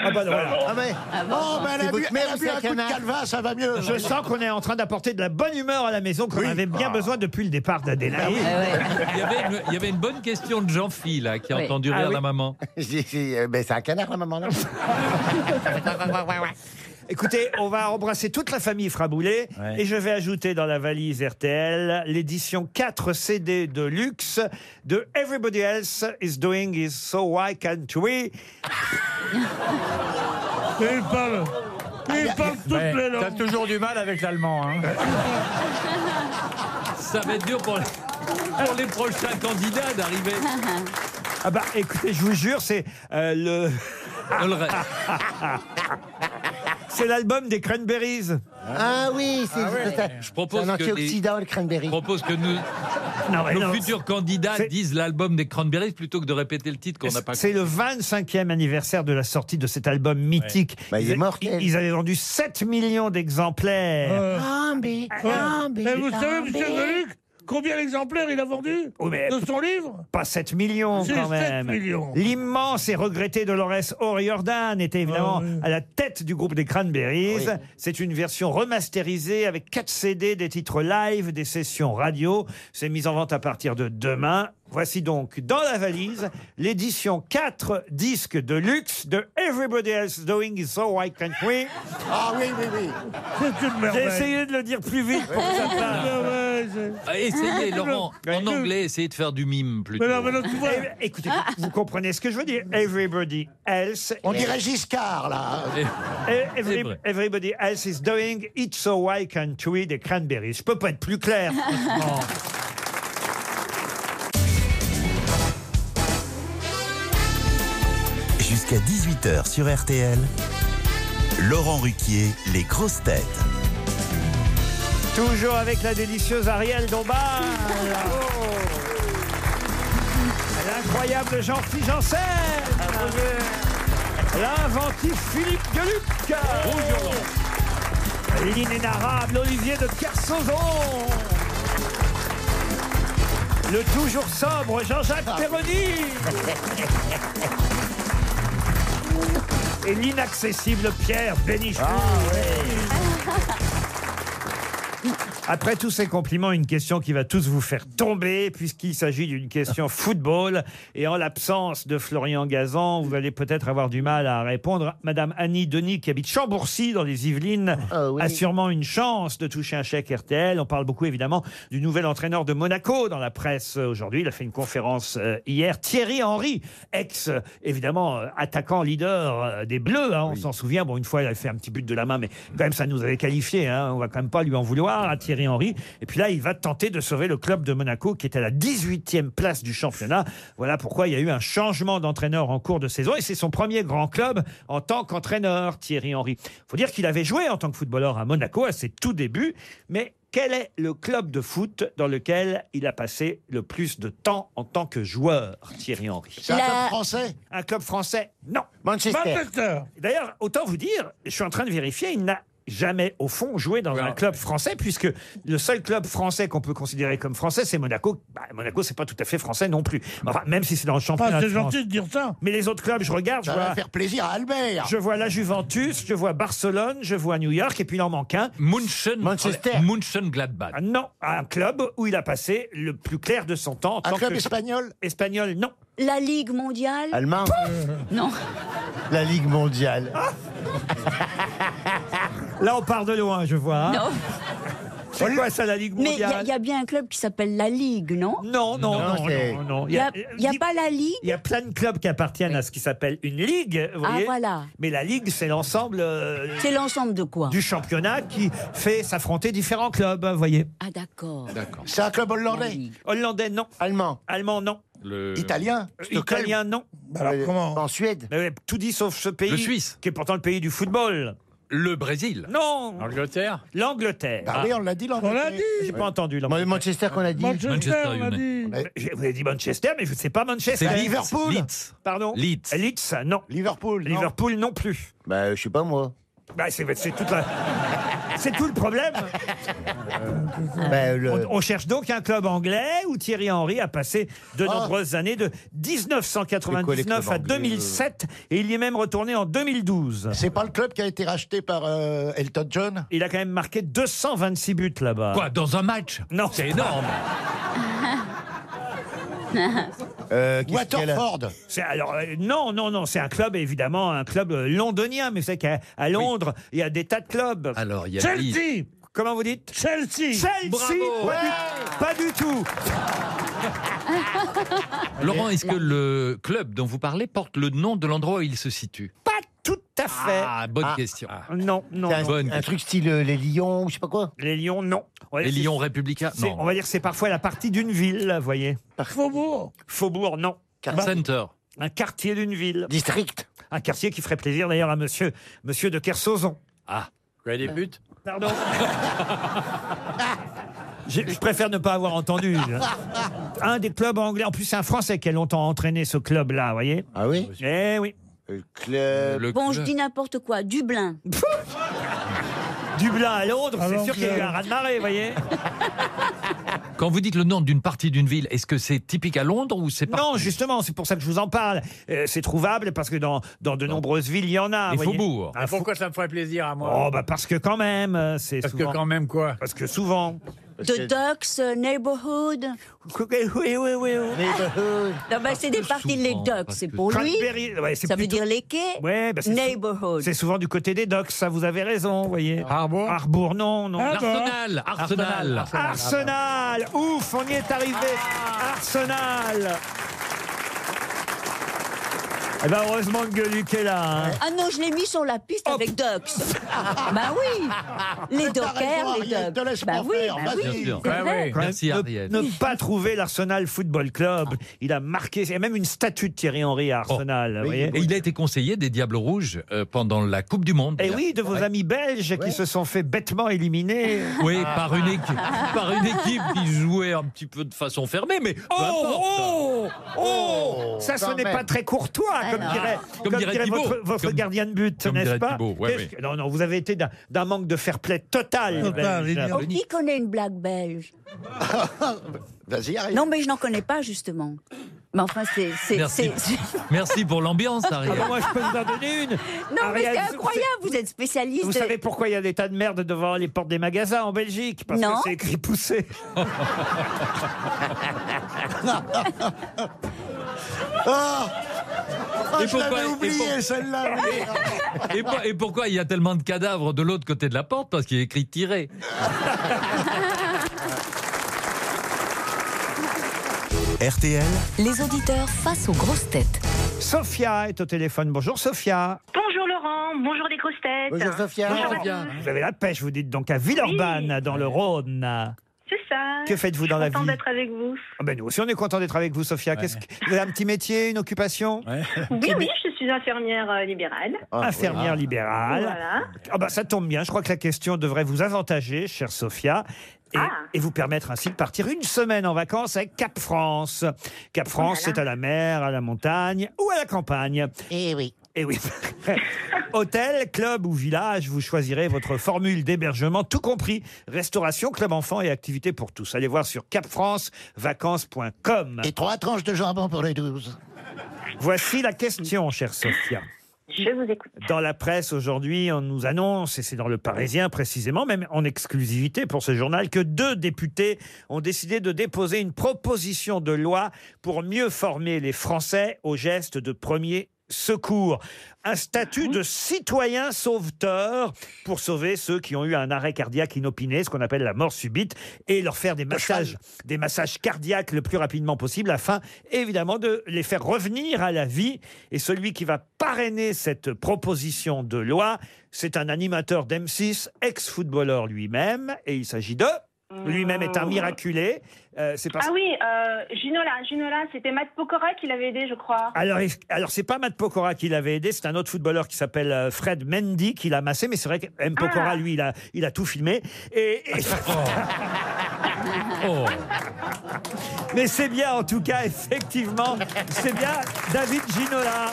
S5: Ah bah non, voilà.
S13: Ah, mais. Oh, mais elle a bu, elle a bu un coup de calva, ça va mieux.
S5: Je sens qu'on est en train d'apporter de la bonne humeur à la maison qu'on avait bien besoin depuis le départ d'Adélaïde.
S7: Il y, avait une, il y avait une bonne question de Jean-Phi, là, qui a
S5: Oui.
S7: entendu
S5: Ah
S7: rire
S5: oui.
S7: la maman.
S11: J'ai- j'ai- euh, ben, c'est un canard, la maman, là.
S5: Écoutez, on va embrasser toute la famille Fraboulet et je vais ajouter dans la valise RTL l'édition 4 CD de luxe de Everybody Else is Doing It So Why Can't We
S10: Il parle, il parle toutes les
S8: T'as
S10: langues.
S8: toujours du mal avec l'allemand. Hein.
S7: Ça va être dur pour les, pour les prochains candidats d'arriver.
S5: Ah bah écoutez, je vous jure, c'est euh, le... c'est l'album des Cranberries.
S11: Ah oui, c'est, c'est-
S7: Je propose
S11: c'est un
S7: que les-
S11: antioxydant, le cranberry.
S7: Je propose que nous,
S5: Ah, Non, mais
S7: nos
S5: non,
S7: futurs candidats disent l'album des Cranberries plutôt que de répéter le titre qu'on n'a pas
S5: C'est le 25e anniversaire de la sortie de cet album mythique.
S11: Bah, il
S5: ils,
S11: est mortel.
S5: ils avaient vendu 7 millions d'exemplaires.
S11: Cranberry, cranberry, Ah,
S10: Mais vous savez, monsieur
S11: cranberry.
S10: Deluc, combien d'exemplaires il a vendu
S5: Oh, mais-
S10: de son livre
S5: Pas 7 millions
S10: C'est
S5: quand
S10: 7
S5: même.
S10: millions.
S5: L'immense et regretté Dolores O'Riordan était
S10: Ah
S5: évidemment à la tête du groupe des Cranberries. C'est une version remasterisée avec 4 CD, des titres live, des sessions radio. C'est mis en vente à partir de demain. Voici donc dans la valise l'édition 4 disques de luxe de Everybody Else Doing It So Why Can't We.
S11: Ah oui, oui, oui.
S10: C'est une
S5: J'ai
S10: merveille.
S5: essayé de le dire plus vite pour que ça passe.
S7: Ah, Essayez, Laurent, en anglais, essayez de faire du mime plutôt.
S5: Eh, Écoutez, vous comprenez ce que je veux dire. Everybody else.
S13: On dirait Giscard, là.
S5: Eh, every-
S13: C'est vrai.
S5: everybody else is doing it so why can't we des cranberries. Je peux pas être plus clair. franchement.
S3: Jusqu'à 18h sur RTL, Laurent Ruquier, les grosses têtes.
S5: Toujours avec la délicieuse Ariel Dombal.
S13: Oh.
S5: L'incroyable Jean-Philippe Janssen. L'inventif Philippe Gueluc. L'inénarrable Olivier de Kersauzon. Le toujours sobre Jean-Jacques Perroni. Et l'inaccessible Pierre Bénichou. Après tous ces compliments, une question qui va tous vous faire tomber, puisqu'il s'agit d'une question football. Et en l'absence de Florian Gazan, vous allez peut-être avoir du mal à répondre. Madame Annie Denis, qui habite Chambourcy, dans les Yvelines, a sûrement une chance de toucher un chèque RTL. On parle beaucoup, évidemment, du nouvel entraîneur de Monaco dans la presse euh, aujourd'hui. Il a fait une conférence euh, hier. Thierry Henry, ex, euh, évidemment, euh, attaquant leader euh, des Bleus, hein, on s'en souvient. Bon, une fois, il a fait un petit but de la main, mais quand même, ça nous avait qualifié. Hein. On va quand même pas lui en vouloir à Thierry Henry. Et puis là, il va tenter de sauver le club de Monaco, qui est à la 18e place du championnat. Voilà pourquoi il y a eu un changement d'entraîneur en cours de saison. Et c'est son premier grand club en tant qu'entraîneur, Thierry Henry. faut dire qu'il avait joué en tant que footballeur à Monaco à ses tout débuts, mais quel est le club de foot dans lequel il a passé le plus de temps en tant que joueur, Thierry Henry
S13: C'est un La- club français
S5: Un club français Non.
S13: Manchester.
S5: D'ailleurs, autant vous dire, je suis en train de vérifier, il n'a jamais, au fond, joué dans un club français, puisque le seul club français qu'on peut considérer comme français, c'est Monaco. Bah, Monaco, c'est pas tout à fait français non plus. Enfin, même si c'est dans le championnat.
S7: Ah,
S10: c'est
S5: de France.
S10: gentil de dire ça.
S5: Mais les autres clubs, je regarde.
S10: Ça
S5: je
S10: va
S5: vois-
S10: faire plaisir à Albert.
S5: Je vois la Juventus, je vois Barcelone, je vois New York, et puis il en manque un.
S7: Munchen.
S5: Manchester.
S7: Gladbach.
S5: Ah Non, un club où il a passé le plus clair de son temps. Un
S9: club
S5: espagnol Espagnol, non.
S9: La Ligue mondiale
S5: Allemand
S9: Non.
S5: La Ligue mondiale. Là, on part de loin, je vois. hein.
S9: Non.
S5: C'est quoi ça, la Ligue
S9: Mais il y,
S5: mondiale
S9: a- il y a bien un club qui s'appelle la Ligue, non
S5: Non, non, non, non, non, non.
S9: Il n'y a, il y a pas la Ligue
S5: euh, Il y a plein de clubs qui appartiennent à ce qui s'appelle une ligue. vous
S9: Ah,
S5: voyez.
S9: voilà.
S5: Mais la ligue, c'est l'ensemble. euh,
S9: C'est l'ensemble de quoi
S5: du championnat qui fait s'affronter différents clubs, vous voyez.
S9: Ah d'accord.
S5: C'est un club hollandais. Hollandais, non. Allemand. Allemand, non.
S11: Italien
S5: Euh, Italien, non.
S11: alors comment En Suède
S5: Mais ouais, tout dit sauf ce pays.
S11: Le
S7: Suisse.
S5: Qui est pourtant le pays du football.
S7: Le Brésil.
S5: Non.
S7: Ah. L'Angleterre.
S5: L'Angleterre.
S11: Bah oui, on l'a dit, l'Angleterre.
S5: On l'a dit. J'ai pas entendu l'Angleterre.
S11: Manchester qu'on a dit. Manchester,
S7: Manchester, on l'a dit.
S5: Mais je vous ai dit Manchester, mais je ne sais pas Manchester.
S11: C'est Liverpool.
S7: Leeds.
S5: Pardon
S7: Leeds.
S5: Leeds, non.
S11: Liverpool. non.
S5: Liverpool non plus.
S11: Bah, je sais pas moi.
S5: Bah, c'est c'est toute la- c'est tout le problème.
S11: Bah, le-
S5: On, on cherche donc un club anglais où Thierry Henry a passé de
S7: Ah.
S5: nombreuses années de
S13: C'est quoi les
S5: 1999
S13: clubs
S5: à
S7: euh
S13: anglais,
S5: 2007 et il y est même retourné en 2012.
S13: C'est pas le club qui a été racheté par euh, Elton John
S5: Il a quand même marqué 226 buts là-bas.
S7: Quoi, dans un match
S5: Non.
S7: C'est énorme.
S11: Euh,
S13: Waterford.
S5: C'est alors euh, non non non c'est un club évidemment un club euh, londonien mais c'est qu'à à Londres il y a des tas de clubs.
S7: Alors il y a
S5: Chelsea. Comment vous dites
S10: Chelsea.
S5: Chelsea.
S7: Bravo.
S5: Pas, du, pas du tout.
S7: Laurent, est-ce que le club dont vous parlez porte le nom de l'endroit où il se situe
S5: Pas tout à fait.
S7: Ah, bonne question.
S5: Non non.
S11: un,
S5: non.
S11: un truc style euh, les Lions ou je sais pas quoi.
S5: Les Lions non. On va
S7: Les
S5: dire-
S7: Lions républicains
S5: c'est- On
S7: Non.
S5: va dire que c'est parfois la partie d'une ville là, vous voyez.
S10: Faubourg.
S5: Faubourg non. Bah,
S7: Center.
S5: Un quartier d'une ville.
S11: District.
S5: Un quartier qui ferait plaisir d'ailleurs à monsieur monsieur de Kersauzon.
S7: Ah. Quoi, des buts
S5: Pardon. J'ai- Je préfère ne pas avoir entendu. Un des clubs anglais. En plus, c'est un Français qui a longtemps entraîné ce club-là, vous voyez
S11: Ah oui Euh,
S5: Eh oui.
S7: Euh,
S11: Club.
S9: Bon, je dis n'importe quoi. Dublin.
S5: Dublin à Londres, c'est
S9: Alors
S5: sûr qu'il y a eu
S9: que-
S5: un raz-de-marée, vous voyez
S7: Quand vous dites le nom d'une partie d'une ville, est-ce que c'est typique à Londres ou c'est pas
S5: Non, justement, c'est pour ça que je vous en parle. Euh, c'est trouvable parce que dans, dans de nombreuses villes, il y en a.
S7: Les
S5: vous voyez.
S7: faubourgs.
S11: Ah,
S5: Un fau-
S8: Pourquoi ça me ferait plaisir à moi
S5: Oh, bah parce que quand même, euh, c'est
S8: Parce que
S5: souvent-
S8: quand même quoi
S5: Parce que souvent.
S9: The Ducks, euh, Neighborhood.
S5: Oui, oui, oui.
S11: Neighborhood.
S9: Non, ben, c'est des parties de les
S5: souvent,
S9: Ducks,
S5: parce
S9: c'est
S5: que-
S9: pour lui.
S5: Cranberry, ouais, c'est
S9: ça veut
S5: plutôt-
S9: dire les quais.
S5: Ouais, bah, c'est sou-
S9: Neighborhood.
S5: C'est souvent du côté des docks, ça vous avez raison, vous voyez.
S8: Harbour
S5: Harbour, non, non.
S7: Arsenal,
S5: Ah,
S7: Arsenal. Ah.
S5: Arsenal Ouf, on y est arrivé Arsenal Eh ben heureusement que Gueuluc est là. hein.
S9: Ah non, je l'ai mis sur la piste
S5: Oh,
S9: avec Ducks. bah oui. Les Dockers, les Ducks. bah oui, bah oui.
S7: Bien sûr.
S9: c'est vrai.
S5: Quand même,
S7: Merci
S5: Ah ne-
S7: Ariel. Ah.
S5: Ne, pas trouver l'Arsenal Football Club. Il a marqué, il y a même une statue de Thierry Henry à Arsenal.
S7: Oh.
S5: vous voyez.
S7: Et il a été conseiller des Diables Rouges euh, pendant la Coupe du Monde.
S5: Et Eh oui, de vos amis belges qui se sont fait bêtement éliminer.
S7: Oui, par une, équipe, par une équipe qui jouait un petit peu de façon fermée, mais peu importe.
S5: Oh, oh, ça, ce
S11: quand
S5: n'est
S11: même.
S5: pas très courtois, comme
S9: non.
S5: dirait,
S7: Comme dirait Thibaut.
S5: votre, votre
S7: Comme-
S5: gardien de but,
S7: comme
S5: n'est-ce
S7: dirait
S5: pas
S7: Thibaut, ouais,
S5: Qu'est-ce
S7: ouais.
S5: que- Non, non, vous avez été d'un d'un manque de fair play total. les
S10: Total,
S5: Belges.
S10: évidemment.
S9: Oh, qui connaît une blague belge
S13: Vas-y, arrive.
S9: Non, mais je n'en connais pas, justement. Mais enfin, c'est. c'est-
S7: Merci.
S9: c'est-
S7: Merci pour l'ambiance,
S5: Ah
S7: Ariel.
S5: bah, moi, je peux vous en donner une.
S9: Non, mais
S5: Ariel,
S9: c'est
S5: vous-
S9: incroyable, vous êtes spécialiste.
S5: Vous savez pourquoi il y a des tas de merde devant les portes des magasins en Belgique Parce
S9: Non.
S5: que c'est écrit poussé. Ah
S7: Et pourquoi- et pour-
S13: celle-là.
S7: et pour- et pourquoi il y a tellement de cadavres de l'autre côté de la porte Parce qu'il est écrit tiré.
S3: RTL,
S4: Les auditeurs face aux grosses têtes.
S5: Sophia est au téléphone. Bonjour Sophia.
S16: Bonjour Laurent, bonjour les grosses têtes.
S5: Ah,
S11: Bonjour, Sophia.
S16: Bonjour
S11: Bonjour,
S16: Madame.
S5: Vous avez la pêche, vous dites donc à Villeurbanne, dans le Rhône.
S16: C'est ça.
S5: Que faites-vous dans
S16: Je suis
S5: la
S16: contente
S5: vie
S16: d'être avec vous.
S5: Ah ben nous aussi, on est content d'être avec vous, Sophia. Qu'est-ce que... Vous avez un petit métier, une occupation
S16: Oui, oui, je suis infirmière euh, libérale.
S11: Ah,
S5: Infirmière libérale.
S16: Voilà.
S5: Ah bah, ça tombe bien, je crois que la question devrait vous avantager, chère Sophia. Et,
S16: Ah.
S5: et vous permettre ainsi de partir une semaine en vacances à Cap France. Cap France,
S16: Oh là là.
S5: c'est à la mer, à la montagne ou à la campagne.
S14: Eh oui.
S5: Et oui. Hôtel, club ou village, vous choisirez votre formule d'hébergement, tout compris restauration, club enfant et activités pour tous. Allez voir sur capfrancevacances.com. Et trois tranches de jambon pour les douze. Voici la question, chère Sophia.
S16: Je vous écoute.
S5: Dans la presse aujourd'hui, on nous annonce, et c'est dans le Parisien précisément, même en exclusivité pour ce journal, que deux députés ont décidé de déposer une proposition de loi pour mieux former les Français aux gestes de premier secours. Un statut de citoyen sauveteur pour sauver ceux qui ont eu un arrêt cardiaque inopiné, ce qu'on appelle la mort subite, et leur faire des massages, des massages cardiaques le plus rapidement possible afin évidemment de les faire revenir à la vie. Et celui qui va parrainer cette proposition de loi, c'est un animateur d'M6, ex-footballeur lui-même, et il s'agit de... Lui-même est un miraculé. Euh, c'est parce-
S16: Mmh. Ah oui, euh, Ginola, Ginola, c'était Matt Pokora qui l'avait aidé, je crois.
S5: Alors, est- alors c'est pas Matt Pokora qui l'avait aidé, c'est un autre footballeur qui s'appelle euh, Fred Mendy qui l'a massé, mais c'est vrai que M.
S16: Ah.
S5: Pokora, lui, il a, il a tout filmé. Et, et- Oh. Mais c'est bien, en tout cas, effectivement, c'est bien David Ginola.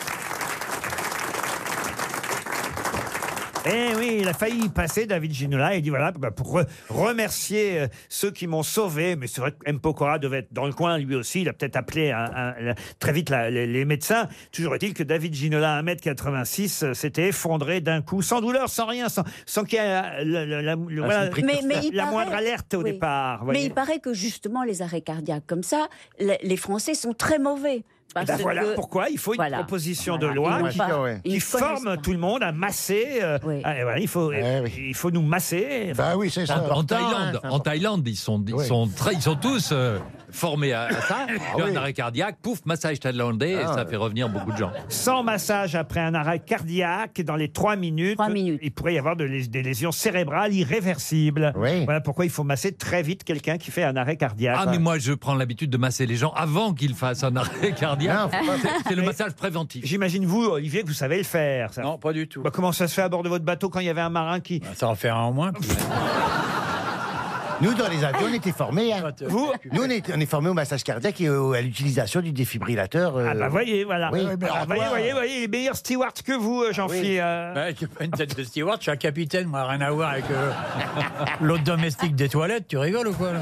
S5: Eh oui, il a failli y passer, David Ginola. Il dit voilà, bah, pour re- remercier euh, ceux qui m'ont sauvé. Mais c'est vrai que M. Pokora devait être dans le coin, lui aussi. Il a peut-être appelé un- un- la- très vite la- les, les médecins. Toujours est-il que David Ginola, 1m86, euh, s'était effondré d'un coup, sans douleur, sans rien, sans, sans qu'il y ait euh, la, la-
S9: Ah,
S5: la- le- voilà,
S9: mais, mais il
S5: la
S9: paraît-
S5: moindre alerte au
S9: oui.
S5: départ.
S9: Mais
S5: voyez.
S9: il paraît que justement, les arrêts cardiaques comme ça, le- les Français sont très mauvais.
S5: Eh
S9: Parce
S5: ben voilà
S9: que-
S5: pourquoi il faut une
S9: Voilà.
S5: proposition
S9: Voilà,
S5: de loi
S9: ils n'ont
S5: qui,
S9: pas-
S5: qui
S9: ils connaissent
S5: forme tout le monde à masser. euh, ah, et voilà, il, faut, il faut nous masser.
S7: Bah
S5: oui,
S7: En- En, Thaïlande, en Thaïlande, ils sont, ils
S5: Oui.
S7: sont, très- ils sont tous euh, formés à, à ça. Il y a un arrêt cardiaque, pouf, massage thaïlandais, et
S5: Ah,
S7: ça
S5: ouais.
S7: fait revenir beaucoup de gens.
S5: Sans massage après un arrêt cardiaque, dans les trois minutes, il pourrait y avoir de lés- des lésions cérébrales irréversibles. Voilà pourquoi il faut masser très vite quelqu'un qui fait un arrêt cardiaque.
S7: Ah, mais moi, je prends l'habitude de masser les gens avant qu'ils fassent un arrêt cardiaque.
S5: Non, faut pas.
S7: C'est- C'est le massage préventif.
S5: J'imagine vous, Olivier, que vous savez le faire. Non,
S7: pas du tout.
S5: comment ça se fait à bord de votre bateau quand il y avait un marin qui...
S8: Ah, Ça en fait un en moins.
S11: Nous, dans les avions, on était formés. hein.
S5: Vous
S11: Nous, on est, on est formés au massage cardiaque et au- à l'utilisation du défibrillateur. euh,
S5: Ah bah voyez, voilà.
S11: Oui.
S5: Ah,
S11: Ah,
S5: voyez,
S11: toi.
S5: voyez, voyez, il est meilleur steward que vous, euh, Jean-Philippe. euh.
S8: Ouais, j'ai pas une tête de steward, je suis un capitaine, moi, rien à voir avec euh, l'autre domestique des toilettes, tu rigoles ou quoi là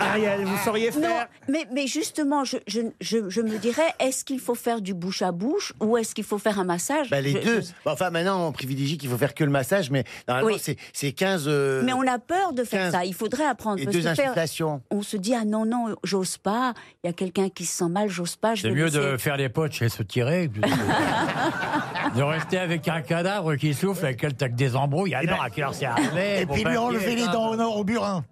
S5: Ariel, vous sauriez
S9: faire mais, mais justement, je, je, je, je me dirais, est-ce qu'il faut faire du bouche à bouche ou est-ce qu'il faut faire un massage
S11: Bah, les
S9: Je-
S11: deux.
S9: je-
S11: Bon, enfin, maintenant, on privilégie qu'il faut faire que le massage, mais normalement,
S9: Oui.
S11: c'est- c'est 15. euh,
S9: Mais on a peur de faire
S11: 15
S9: ça. Il faudrait apprendre.
S11: et
S9: parce
S11: deux
S9: que faire-
S11: incitations.
S9: On se dit ah non non, j'ose pas. Il y a quelqu'un qui se sent mal, j'ose pas. je
S8: C'est
S9: vais
S8: mieux
S9: laisser.
S8: de faire des potes et se tirer que de rester avec un cadavre qui souffle, avec lequel t'as que des embrouilles. Alors, à quelle heure c'est arrivé
S13: Et
S8: Bon,
S13: puis
S8: ben,
S13: lui enlever
S8: tirer,
S13: les
S8: hein.
S13: dents au nord au burin.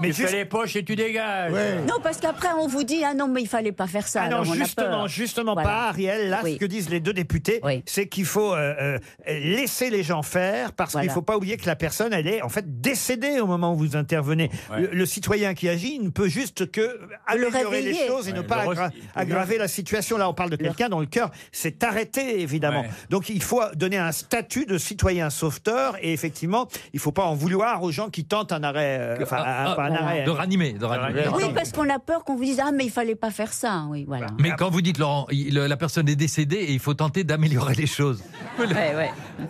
S8: tu fais les poches et tu dégages.
S9: Non parce qu'après on vous dit ah non mais il fallait pas faire ça.
S5: Ah non,
S9: alors on a
S5: justement,
S9: peur.
S5: justement
S9: Voilà.
S5: pas, Ariel. Là,
S9: Oui.
S5: ce que disent les deux députés, c'est qu'il faut euh, euh, laisser les gens faire parce qu'il
S9: Voilà.
S5: ne faut pas oublier que la personne, elle est en fait décédée au moment où vous intervenez. Le, le citoyen qui agit il ne peut juste que améliorer les
S13: réveiller.
S5: choses et ne
S13: Ouais,
S5: pas
S13: le
S5: aggra-
S13: re- il peut
S5: aggraver la situation. Là, on parle de quelqu'un dont le cœur s'est arrêté, évidemment. Donc, il faut donner un statut de citoyen sauveteur et effectivement, il ne faut pas en vouloir aux gens qui tentent un arrêt, euh, enfin, un-
S7: Ah,
S5: pas un
S7: voilà.
S5: arrêt.
S7: De ranimer, de ranimer.
S9: Oui parce qu'on a peur qu'on vous dise ah mais il fallait pas faire ça. Oui voilà.
S7: Mais quand vous dites, Laurent, il- la personne est décédée et il faut tenter d'améliorer les choses. Vous voulez,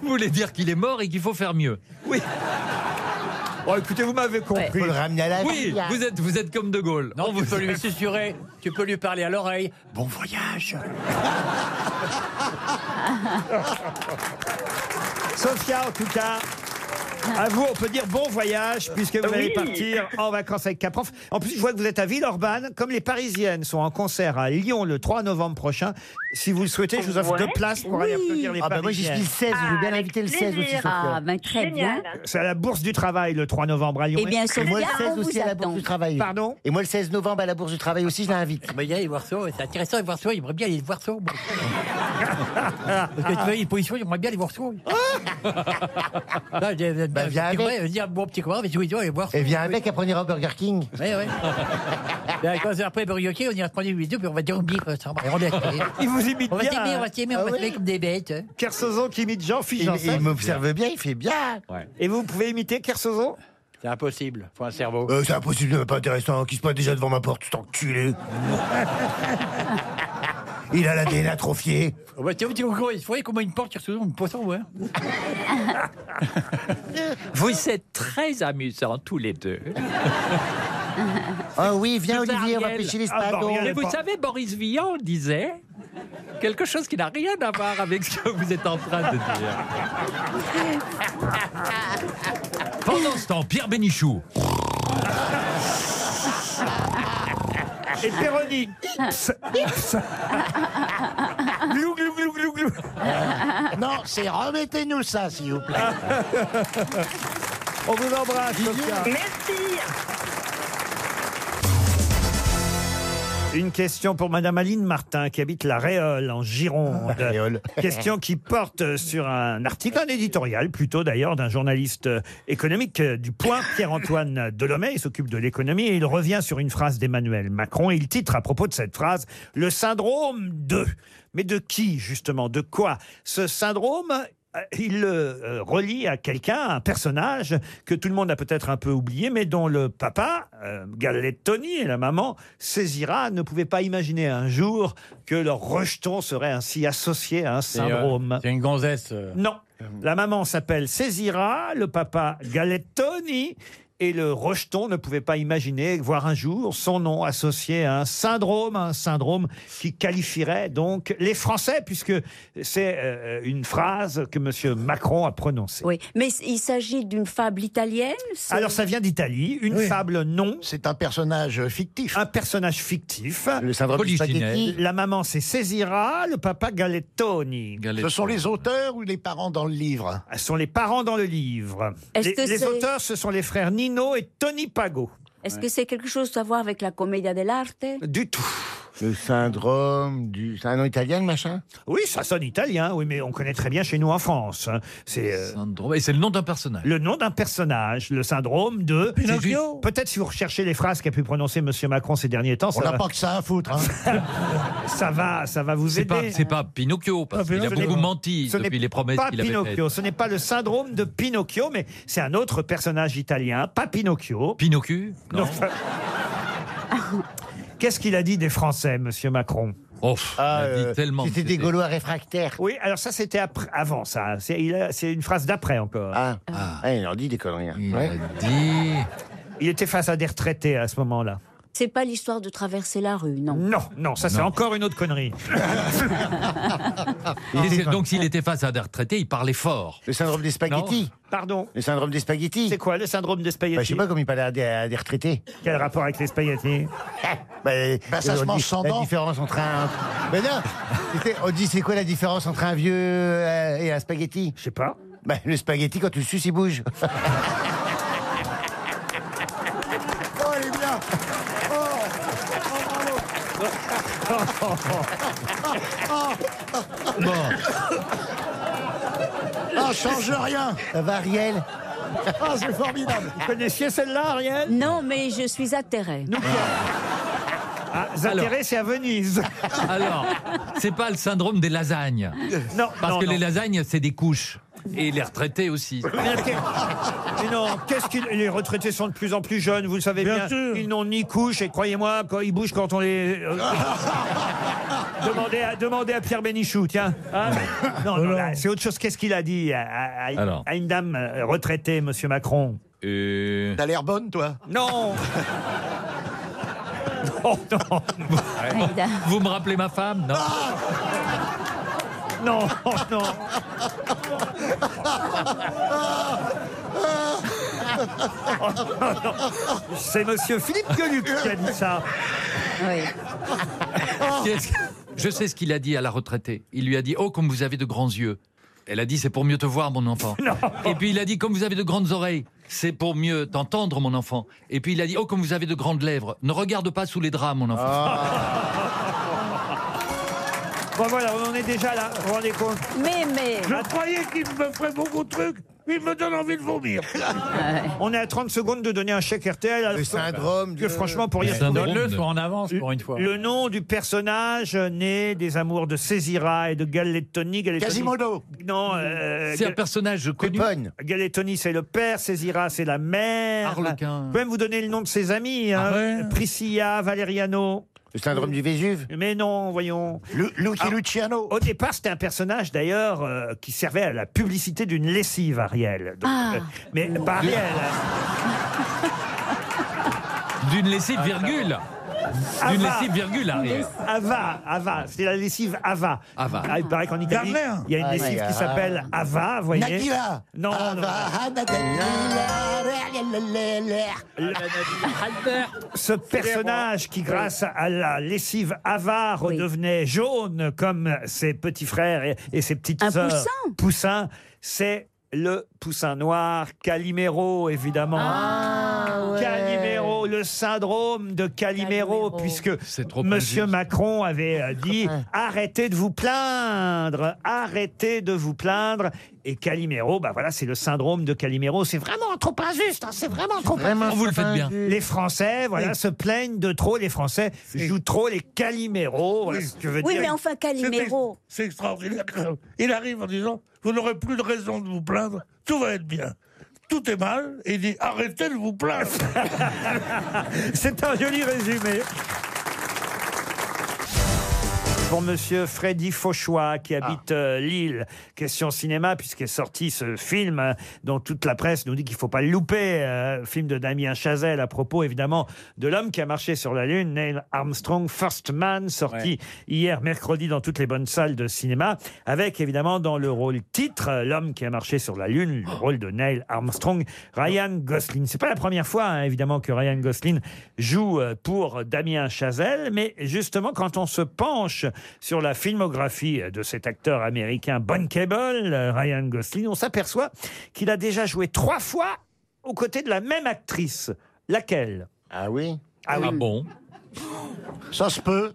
S7: vous voulez dire qu'il est mort et qu'il faut faire mieux.
S5: Oui. Oh, écoutez, vous m'avez compris.
S11: Faut le ramener à la
S7: Oui,
S11: vie, hein.
S7: vous êtes, vous êtes comme De Gaulle.
S8: Non, tu peux lui susurrer, tu peux lui parler à l'oreille. Bon voyage.
S5: Sophia, en tout cas. À vous, on peut dire bon voyage puisque vous allez
S10: Oui.
S5: partir en vacances avec Capranf. En plus, je vois que vous êtes à Villeurbanne. Comme les Parisiennes sont en concert à Lyon le 3 novembre prochain, si vous le souhaitez, je vous offre
S11: Ouais.
S5: deux places pour aller
S11: Oui.
S5: applaudir les
S11: Ah bah moi, j'y suis
S5: Parisiennes.
S11: le 16, je veux bien Ah, inviter le avec 16 aussi, plaisir. Sophia. Ah, ben, très Génial. bien.
S5: C'est à la Bourse du Travail le 3 novembre à Lyon.
S9: Eh
S8: Eh
S11: Et moi, le 16 aussi à la Bourse du Travail.
S5: Pardon
S11: Et moi, le 16 novembre à la Bourse du Travail aussi, je l'invite.
S8: Ah, Mais il y a les Warsaw, c'est intéressant les Warsaw, il aimerait bien les Warsaw. moi. Parce que tu vois, une position, il aimerait bien les Warsaw. Là, je- je-
S11: Bah, viens
S8: tu euh,
S11: avec.
S8: pourrais dire, bon petit copain, mais tu vois, les Warsaw.
S11: Et viens avec, après on ira au Burger King.
S8: Ouais, ouais. Ben, quand c'est après Burger King, on ira se prendre une vidéo, puis on va dire, on bif, euh, ça va. Et on est-
S5: Il vous imite
S8: On va
S5: bien,
S8: s'aimer, on
S5: hein.
S8: va s'aimer, on
S5: Ah
S8: va se
S5: oui.
S8: mettre comme des bêtes. hein.
S5: Kersozon qui imite Jean-Philippe
S11: Il,
S5: Janssen.
S11: il m'observe bien, il fait bien.
S5: Et vous pouvez imiter Kersozon
S8: C'est impossible, faut un cerveau.
S11: Euh, c'est impossible, pas intéressant. Qui se passe déjà devant ma porte, cet enculé. Il a la DNA atrophiée.
S8: Oh bah, tiens, tiens, encore, il voyez comment une porte tire souvent une poisson, ouais.
S17: Vous êtes très amusants tous les deux.
S8: Ah,
S11: Oh oui, viens Olivier, on va
S17: Ariel.
S11: pêcher les spadons.
S17: Mais vous savez, Boris Vian disait quelque chose qui n'a rien à voir avec ce que vous êtes en train de dire.
S7: Pendant ce temps, Pierre Bénichou.
S5: Et Péroni. Ips, ips. Glou, glou, glou, glou, glou.
S14: Non, c'est remettez-nous ça, s'il vous plaît.
S5: On vous embrasse, Sophia.
S14: Merci.
S5: Une question pour Madame Aline Martin qui habite la Réole en Gironde. question qui porte sur un article, un éditorial plutôt d'ailleurs d'un journaliste économique euh, du Point, Pierre-Antoine Delomé. Il s'occupe de l'économie et il revient sur une phrase d'Emmanuel Macron. Il titre à propos de cette phrase le syndrome de. Mais de qui justement De quoi Ce syndrome. euh, Il le euh, relie à quelqu'un, à un personnage que tout le monde a peut-être un peu oublié, mais dont le papa, euh, Gallettoni, et la maman, Césira, ne pouvaient pas imaginer un jour que leur rejeton serait ainsi associé à un syndrome.
S8: C'est une gonzesse. euh.
S5: Non. La maman s'appelle Césira, le papa Galettoni. Et le rejeton ne pouvait pas imaginer voir un jour son nom associé à un syndrome, un syndrome qui qualifierait donc les Français, puisque c'est euh, une phrase que M. Macron a prononcée.
S9: Oui, mais il s'agit d'une fable italienne. c'est-
S5: Alors ça vient d'Italie, une fable non. C'est un personnage fictif.
S11: Ah.
S5: Un personnage fictif.
S11: Le syndrome du spaghetti.
S5: La maman c'est Césira, le papa Galettoni.
S13: Ce sont les auteurs ou les parents dans le livre
S5: Ce sont les parents dans le livre.
S9: Est-ce
S5: Les,
S9: que
S5: les
S9: c'est-
S5: auteurs, ce sont les frères Nino et Tony Pago.
S9: Est-ce que c'est quelque chose à voir avec la commedia dell'arte
S5: Du tout.
S11: Le syndrome du. C'est un nom italien, le machin
S5: Oui, ça sonne italien, oui, mais on connaît très bien chez nous en France. hein. C'est
S7: Et c'est le nom d'un personnage.
S5: Le nom d'un personnage, le syndrome de. Pinocchio. Peut-être si vous recherchez les phrases qu'a pu prononcer Monsieur Macron ces derniers temps,
S13: On
S5: ça
S13: n'a
S5: va-
S13: pas que ça à foutre. hein.
S5: ça va, ça va vous
S7: C'est
S5: aider.
S7: pas, c'est pas Pinocchio, parce
S5: Ah, mais
S7: qu'il a
S5: non, ce
S7: beaucoup
S5: n'est-
S7: menti
S5: ce n'est
S7: depuis les promesses
S5: pas
S7: qu'il avait faites.
S5: Pinocchio, ce n'est pas le syndrome de Pinocchio, mais c'est un autre personnage italien, pas Pinocchio.
S7: Pinocchio
S5: Non. enfin- Qu'est-ce qu'il a dit des Français, Monsieur Macron
S11: Ah, euh, C'était des Gaulois réfractaires.
S5: Oui, alors ça, c'était après- avant ça. hein. C'est il a- c'est une phrase d'après encore.
S11: Ah, Ah, il leur dit des conneries. hein. Ouais.
S7: dit.
S5: Il était face à des retraités à ce moment-là.
S9: C'est pas l'histoire de traverser la rue, non
S5: Non, non, ça c'est encore une autre connerie.
S7: Il était- donc s'il était face à des retraités, il parlait fort.
S11: Le syndrome des spaghettis.
S5: Pardon
S11: Le syndrome des spaghettis. C'est
S5: quoi le syndrome des spaghettis
S11: bah, Je sais pas comment il parlait à des, à des retraités.
S5: Quel rapport avec les spaghettis
S11: bah,
S13: Bah, ça
S11: on
S13: se
S11: dit
S13: mange sans
S11: La
S13: dents.
S11: différence entre un. Mais non tu sais, On dit c'est quoi la différence entre un vieux euh, et un spaghetti
S5: Je sais pas.
S11: Bah, le spaghetti, quand tu le suces, il bouge.
S14: Oh, il est bien. Oh, oh, bravo.
S13: Bon. Ah, change rien.
S11: Ça va, Ariel
S13: Ah, c'est formidable.
S5: Vous connaissiez celle-là, Ariel
S9: Non, mais je suis atterrée.
S5: Ah, Zatterré, c'est à Venise.
S7: Alors, c'est pas le syndrome des lasagnes.
S5: Non,
S7: parce
S5: non,
S7: que
S5: non.
S7: les lasagnes, c'est des couches. Et les retraités aussi.
S5: Mais ok. Mais non, qu'est-ce qu'ils les retraités sont de plus en plus jeunes, vous le savez bien. Ils n'ont ni couche et croyez-moi, quand ils bougent quand on les euh, demandez, à, demandez à Pierre Bénichou, tiens. Hein non, non, là, c'est autre chose. Qu'est-ce qu'il a dit à, à- à-
S7: Alors.
S5: à une dame euh, retraitée, Monsieur Macron
S7: Euh,
S13: T'as l'air bonne, toi
S5: Non. Non, non.
S7: Vous me rappelez ma femme Non.
S5: Non, non. C'est Monsieur Philippe Gueluc qui a dit ça.
S7: Qu'est-ce que- Je sais ce qu'il a dit à la retraitée. Il lui a dit Oh, comme vous avez de grands yeux. Elle a dit C'est pour mieux te voir, mon enfant. Et puis il a dit Comme vous avez de grandes oreilles. C'est pour mieux t'entendre, mon enfant. Et puis il a dit Oh, comme vous avez de grandes lèvres. Ne regarde pas sous les draps, mon enfant.
S5: Ah. Bon voilà, on en est déjà là, vous vous rendez compte
S9: Mais, mais...
S10: Je croyais qu'il me ferait beaucoup de trucs, mais il me donne envie de vomir.
S5: On est à 30 secondes de donner un chèque RTL. à-
S11: Le syndrome
S5: Que
S11: de-
S5: franchement, pour y
S11: Le
S5: retrouver-
S11: syndrome Donne-le, de- soit en
S8: avance pour une fois.
S5: Le nom du personnage né des amours de Césira et de Gallettoni. Gallettoni-
S13: Quasimodo.
S5: Non. euh,
S7: C'est un
S5: Ga-
S7: personnage connu.
S5: Gallettoni, c'est le père, Césira, c'est la mère.
S7: Harlequin.
S5: Je peux même vous donner le nom de ses amis. hein. Priscilla, Valeriano.
S11: Le syndrome du Vésuve
S5: Mais non, voyons.
S11: Lucky
S5: ah. Luciano. Au départ, c'était un personnage d'ailleurs euh, qui servait à la publicité d'une lessive, Ariel. Donc,
S15: Ah.
S5: euh, mais pas
S7: Oh.
S5: Ariel. hein.
S7: D'une
S8: Ah,
S7: lessive virgule. D'une
S5: Ah, bah.
S7: lessive virgule, Ariel.
S5: Ava, Ava, c'est la lessive Ava. Ava. il paraît qu'en Italie,
S7: Gardner.
S5: il y a une
S7: Ah,
S5: lessive
S7: my
S5: qui
S7: God.
S5: s'appelle Ava, vous voyez.
S14: Nadila.
S5: Non, non. Ce personnage qui, grâce à la lessive Ava, redevenait jaune comme ses petits frères et, et ses petites
S9: Un
S5: sœurs.
S9: poussin.
S5: Poussin, c'est le poussin noir, Calimero, évidemment.
S9: Ah.
S5: Calimero, le syndrome de Calimero, puisque Monsieur Macron avait euh, dit arrêtez de vous plaindre, arrêtez de vous plaindre. Et Calimero, bah voilà, c'est le syndrome de Calimero. C'est vraiment trop injuste, hein, c'est vraiment trop injuste.
S7: vous le faites bien.
S5: Les Français, voilà,
S7: Oui.
S5: se plaignent de trop. Les Français jouent trop les Calimero. Voilà ce que je veux
S9: Oui,
S5: dire.
S9: mais enfin, Calimero.
S10: C'est extraordinaire. quand même. Il arrive en disant Vous n'aurez plus de raison de vous plaindre, tout va être bien. Tout est mal, et il dit Arrêtez de vous plaindre
S5: C'est un joli résumé. Pour Monsieur Freddy Fauchois, qui habite euh, Lille, question cinéma, puisqu'est sorti ce film euh, dont toute la presse nous dit qu'il ne faut pas le louper, euh, film de Damien Chazelle à propos évidemment de l'homme qui a marché sur la Lune, Neil Armstrong, First Man, sorti hier mercredi dans toutes les bonnes salles de cinéma, avec évidemment dans le rôle titre, euh, l'homme qui a marché sur la Lune,
S14: Oh.
S5: le rôle de Neil Armstrong, Ryan Gosling. C'est pas la première fois, hein, évidemment, que Ryan Gosling joue euh, pour Damien Chazelle, mais justement, quand on se penche sur la filmographie de cet acteur américain Bon Cable, euh, Ryan Gosling, on s'aperçoit qu'il a déjà joué trois fois aux côtés de la même actrice. Laquelle Ah oui Ah, oui. bon
S14: Ça se peut.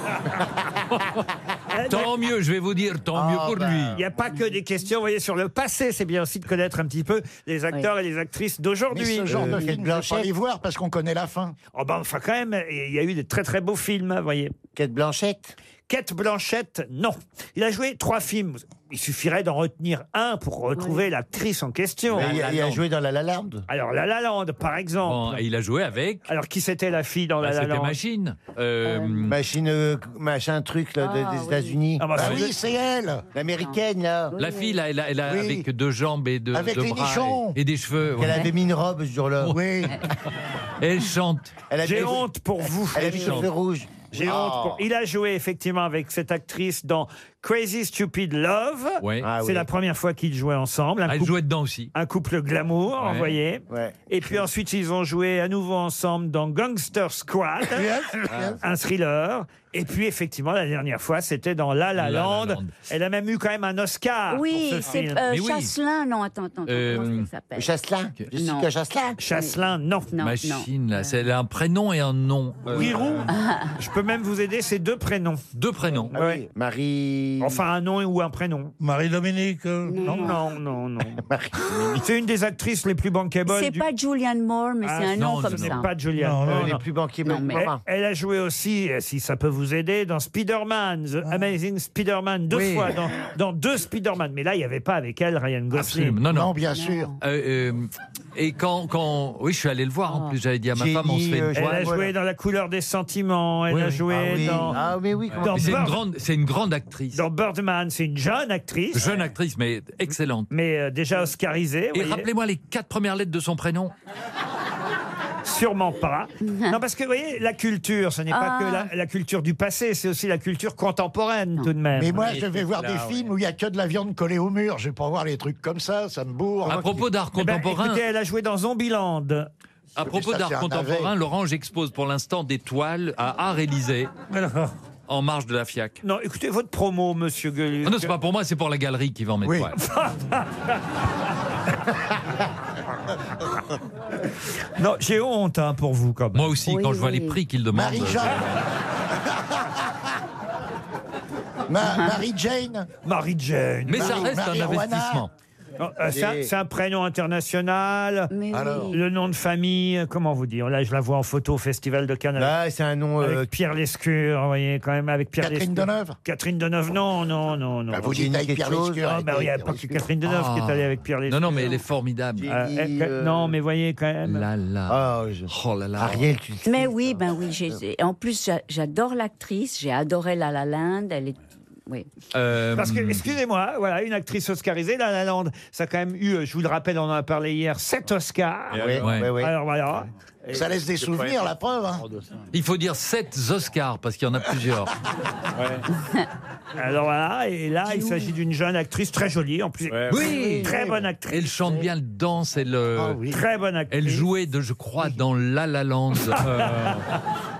S7: Tant mieux, je vais vous dire, tant
S8: Ah,
S7: mieux
S8: bah.
S7: pour lui.
S5: Il n'y a pas que des questions, vous voyez, sur le passé. C'est bien aussi de connaître un petit peu les acteurs et les actrices
S14: Mais
S5: d'aujourd'hui. Euh,
S14: ce genre de film, je ne pas les voir parce qu'on connaît la fin.
S5: Oh ben, enfin, quand même, il y a eu des très très beaux films, vous voyez. Quête Blanchette Quête Blanchette, non. Il a joué trois films. Il suffirait d'en retenir un pour retrouver l'actrice en
S14: Oh,
S5: question.
S11: Mais il y a- il y a joué
S5: dans La La Land. Alors, La La Land, par exemple.
S7: Bon, et il a joué avec.
S5: Alors, qui c'était la fille dans
S7: Bah,
S5: La La
S7: c'était
S5: Land
S7: Machine. Euh,
S14: Hmm.
S11: Machine, euh, machin truc là, de-
S5: Ah,
S11: des
S5: oui.
S11: États-Unis.
S5: Ah, bah, Ah c'est- oui,
S11: c'est elle L'américaine là
S7: La fille, là, elle a, elle a-
S11: Oui.
S7: avec deux jambes et deux,
S11: Avec
S7: deux
S11: les
S7: bras
S11: nichons.
S7: et, et des cheveux.
S11: Qu'elle
S7: ouais.
S11: avait mis une robe ce jour-là. Oui.
S7: Elle chante.
S5: J'ai honte pour vous.
S11: Elle a mis le feu rouge.
S5: J'ai
S11: Ah.
S5: honte
S7: Oh.
S5: pour- Il a joué effectivement avec cette actrice dans Crazy Stupid Love.
S7: Ouais. Ah
S5: C'est
S7: oui.
S5: la première fois qu'ils jouaient ensemble. Un
S7: Elle
S5: couple-
S7: jouait dedans aussi.
S5: Un couple glamour,
S7: Ouais.
S5: vous voyez. Et puis ensuite, ils ont joué à nouveau ensemble dans Gangster Squad,
S11: Ah.
S5: un thriller. Et puis effectivement, la dernière fois, c'était dans La
S7: La
S5: La
S7: La
S5: Land.
S7: Land.
S5: Elle a même eu quand même un Oscar.
S9: Oui,
S5: Ah, pour ce
S9: c'est
S5: film.
S9: euh, Chasselin. Non, attends, attends. attends,
S7: Euh,
S9: comment ça s'appelle
S11: Chasselin
S9: Non.
S11: Chasselin
S5: Chasselin, non.
S7: Machine, là, c'est- elle a un prénom et un nom. Euh,
S5: Je peux même vous aider, c'est deux prénoms.
S7: Deux prénoms.
S11: Marie.
S5: Enfin, un nom ou un prénom.
S10: Marie-Dominique.
S5: Non, non, non, non. c'est une des actrices les plus bankables
S9: C'est
S5: du Ah,
S9: pas Julianne Moore, mais c'est un nom comme
S5: ce
S9: ça.
S5: n'est pas Julianne.
S11: Non,
S5: Moore,
S11: elle est plus banquier,
S9: mais-
S5: Elle, elle a joué aussi, euh, si ça peut vous aider, dans Spider-Man, The Amazing Spider-Man, deux
S7: Ah. Oui.
S5: fois, dans, dans deux Spider-Man. Mais là, il n'y avait pas avec elle Ryan Gosling.
S7: Absolument. Non, non.
S14: bien sûr.
S7: Euh, euh, et quand, quand. Oui, je suis allé le voir
S5: Oh.
S7: en plus. J'avais dit à ma
S5: Jenny,
S7: femme, on se fait une
S5: euh, Elle a
S7: boîte.
S5: joué dans La couleur des sentiments, elle
S7: Oui,
S5: a
S7: oui.
S5: joué
S7: Ah oui.
S5: dans.
S7: Ah
S11: oui, oui,
S7: Mais C'est une, grande- c'est une grande actrice.
S5: Dans Birdman, c'est une jeune actrice.
S7: Jeune actrice, mais excellente.
S5: Mais euh, déjà oscarisée.
S7: Et
S5: vous voyez.
S7: rappelez-moi les quatre premières lettres de son prénom.
S5: Sûrement pas. Non, parce que vous voyez, la culture, ce n'est
S14: Ah.
S5: pas que la, la culture du passé, c'est aussi la culture contemporaine tout de même.
S14: Mais moi, je vais voir des films où il n'y a que de la viande collée au mur. Je vais pas voir les trucs comme ça, ça me bourre.
S7: À propos d'art
S5: Eh ben,
S7: contemporain.
S5: écoutez, elle a joué dans Zombieland.
S7: À propos
S14: ça, c'est
S7: d'art
S14: un
S7: contemporain, Laurent, j'expose pour l'instant des toiles à Art Élysée en marge de la FIAC. Ah
S5: Non, écoutez, votre promo, monsieur Gueulus.
S7: non, c'est pas pour moi, c'est pour la galerie qui vend mes toiles.
S5: Non, j'ai honte hein, pour vous quand même.
S7: Moi aussi, quand je vois les prix qu'ils demandent.
S14: Ma- Marie Jane
S5: Marie Jane.
S7: Mais ça reste un
S14: Marijuana.
S7: investissement.
S5: Non, euh, c'est un-
S11: Des-
S5: c'est un prénom international.
S11: Mais Alors. oui.
S5: Le nom de famille, euh, comment vous dire Là, je la vois en photo au Festival de Cannes.
S11: Ah,
S5: Là, c'est un nom.
S11: euh,
S7: euh,
S5: Avec Pierre Lescure, vous voyez, quand même, avec Pierre
S14: Catherine
S5: Lescure.
S14: Deneuve
S5: Catherine Deneuve, non, non, non. non.
S14: Bah, vous dites avec Quelque Pierre chose. Lescure,
S5: Ah, bah oui, il n'y a
S14: avec
S5: pas que Catherine Deneuve qui est allée avec Pierre Lescure.
S7: Ah. Non, non, mais elle est formidable.
S5: Euh, elle- que- Non, mais voyez quand même.
S7: Là,
S5: Ah.
S11: Ah,
S7: là. Oh là là.
S5: Ariel, tu
S9: Mais oui, ben oui. j'ai- En plus, j'a- j'adore l'actrice. J'ai adoré La La Land. Elle est. Oui.
S7: Euh,
S5: Parce que, excusez-moi, voilà, une actrice oscarisée, La La Land, ça a quand même eu, euh, je vous le rappelle, on en a parlé hier, 7 Oscars.
S14: Ah
S7: Et alors Ouais. Ouais, ouais.
S5: Alors voilà.
S7: Ça laisse des souvenirs, la
S5: preuve.
S14: hein.
S7: Il faut dire 7 Oscars parce qu'il y en a plusieurs.
S5: Alors voilà, et là, il s'agit d'une jeune actrice très jolie, en plus.
S7: Oui.
S5: Très bonne actrice.
S7: Elle chante bien, elle danse, elle. euh,
S5: Très bonne actrice.
S7: Elle jouait, de, je crois, dans La La Land.
S5: Ah,
S7: euh,